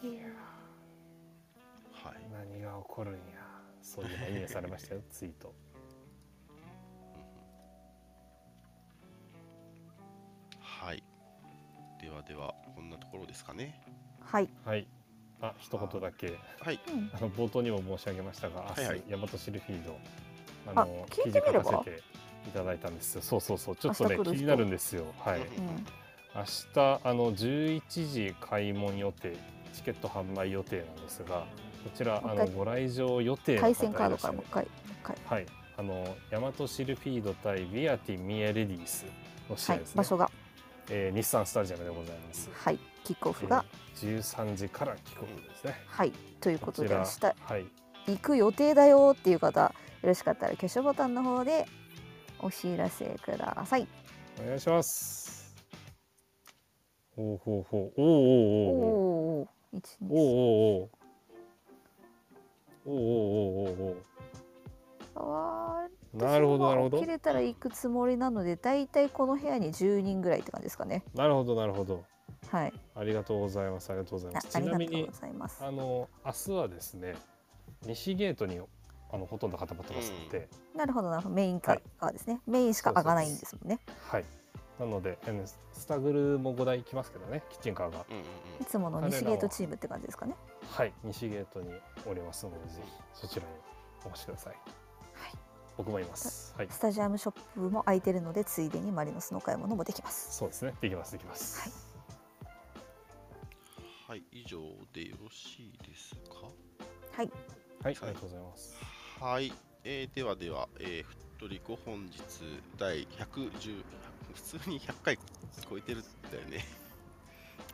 Speaker 2: ういや
Speaker 3: はい。
Speaker 1: 何が起こるんやそういうのいいねされま [LAUGHS] したよツイート
Speaker 3: はい。ではでは、こんなところですかね。
Speaker 2: はい、
Speaker 1: はいあ一言だけ
Speaker 3: はい。
Speaker 2: うん、
Speaker 1: あの冒頭にも申し上げましたが
Speaker 3: はいはい
Speaker 1: 明日ヤマトシルフィード
Speaker 2: あ聞いてみれ
Speaker 1: 記
Speaker 2: ば
Speaker 1: 事書かせていただいたんですよそうそうそうちょっとね
Speaker 2: 明日来
Speaker 1: 気
Speaker 2: る人
Speaker 1: になるんですよはい、
Speaker 3: うん
Speaker 2: うん
Speaker 1: 明日あの11時開門予定チケット販売予定なんですがこちら
Speaker 2: もう
Speaker 1: あ
Speaker 2: 一回
Speaker 1: のご来場予定の方
Speaker 2: 対戦カードから
Speaker 1: い
Speaker 2: も
Speaker 1: ら
Speaker 2: う
Speaker 1: っし
Speaker 2: 一回もう一
Speaker 1: ゃる
Speaker 2: 回
Speaker 1: はいあのヤマトシルフィード対ビアティミエレディースの試
Speaker 2: は
Speaker 1: 合
Speaker 2: い
Speaker 1: ですね、
Speaker 2: 場所が
Speaker 1: えー日産スタジアムでございます、
Speaker 2: はいキックオフが、
Speaker 1: えー13時から帰国ですね
Speaker 2: はいということで明日
Speaker 1: はい
Speaker 2: 行く予定だよっていう方よろしかったら挙手ボタンの方でお知らせください。
Speaker 1: お願いしますほうほうほうお
Speaker 2: お
Speaker 1: うおうおう
Speaker 2: おー、一
Speaker 1: おうお
Speaker 2: 二
Speaker 1: うおうおうおうおうおうおう
Speaker 2: 三わー
Speaker 1: なるほどなるほど
Speaker 2: 切れたら行くつもりなので、だいたいこの部屋に10人ぐらいって感じですかね。
Speaker 1: なるほどなるほど
Speaker 2: はい。
Speaker 1: ありがとうございますありがとうございま
Speaker 2: あ
Speaker 1: す
Speaker 2: あ
Speaker 1: ち
Speaker 2: り
Speaker 1: な
Speaker 2: がと
Speaker 1: み
Speaker 2: う
Speaker 1: に
Speaker 2: ございます。
Speaker 1: あの明日はですね西ゲートにあのほとんど固まってますので、
Speaker 2: なるほどなるほどメインか
Speaker 1: はい
Speaker 2: 側ですね。メインしか上がらないんですもんね。
Speaker 1: はいなのであのスタグルも5台来ますけどねキッチンカーが
Speaker 3: うんうんう
Speaker 2: い
Speaker 3: ん。
Speaker 2: つもの西ゲートチームって感じですかね。
Speaker 1: はい西ゲートにおりますのでぜひそちらにお越しください、僕もいますはい
Speaker 2: スタジアムショップも空いてるので、ついでにマリノスのお買い物もできます。
Speaker 1: そうですねできますできます
Speaker 3: はい。以上でよろしいですか
Speaker 2: は
Speaker 1: は
Speaker 2: い。
Speaker 1: い、ありがとうございます
Speaker 3: はい、えーではでは、えーふっとりこ本日第110普通に100回超えてるんだよね。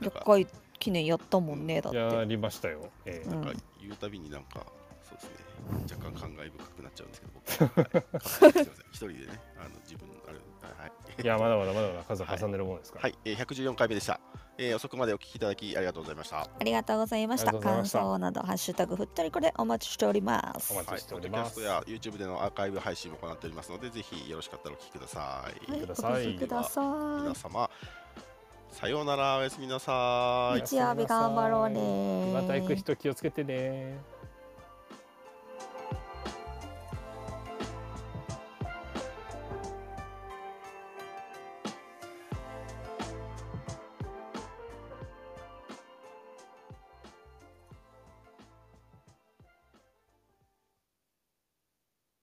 Speaker 3: なん
Speaker 2: 100
Speaker 3: か
Speaker 2: 回記念やったもんねだって。
Speaker 1: やりましたよ、え
Speaker 2: うん
Speaker 3: なんか言うたびになんかそうですね若干感慨深くなっちゃうんですけど僕はいすいません一 [LAUGHS] 人でねあの自分あるあはい
Speaker 1: ーいやまだまだまだまだ数は重ねるものですから、
Speaker 3: はい、えー114回目でした、えー遅くまでお聞きいただきありがとうございました。
Speaker 2: ありがとうございまし
Speaker 1: あ
Speaker 2: た。
Speaker 1: りがとうございま
Speaker 2: 感
Speaker 1: した
Speaker 2: 想など、ハッシュタグふったりこでお待ちしております。
Speaker 1: お待
Speaker 3: は
Speaker 1: ち
Speaker 3: い
Speaker 1: し、て
Speaker 3: ポ
Speaker 1: お
Speaker 3: ッド
Speaker 1: り
Speaker 3: キャ
Speaker 1: ま
Speaker 3: スト
Speaker 1: す、
Speaker 3: や YouTube でのアーカイブ配信も行っておりますのでぜひよろしかったらお聞きください。
Speaker 1: はいください
Speaker 2: お聞きくださ
Speaker 3: 皆
Speaker 2: い。
Speaker 3: 様さようならおやすみなさい。
Speaker 2: 日曜日頑張ろうね。
Speaker 1: また行く人気をつけてね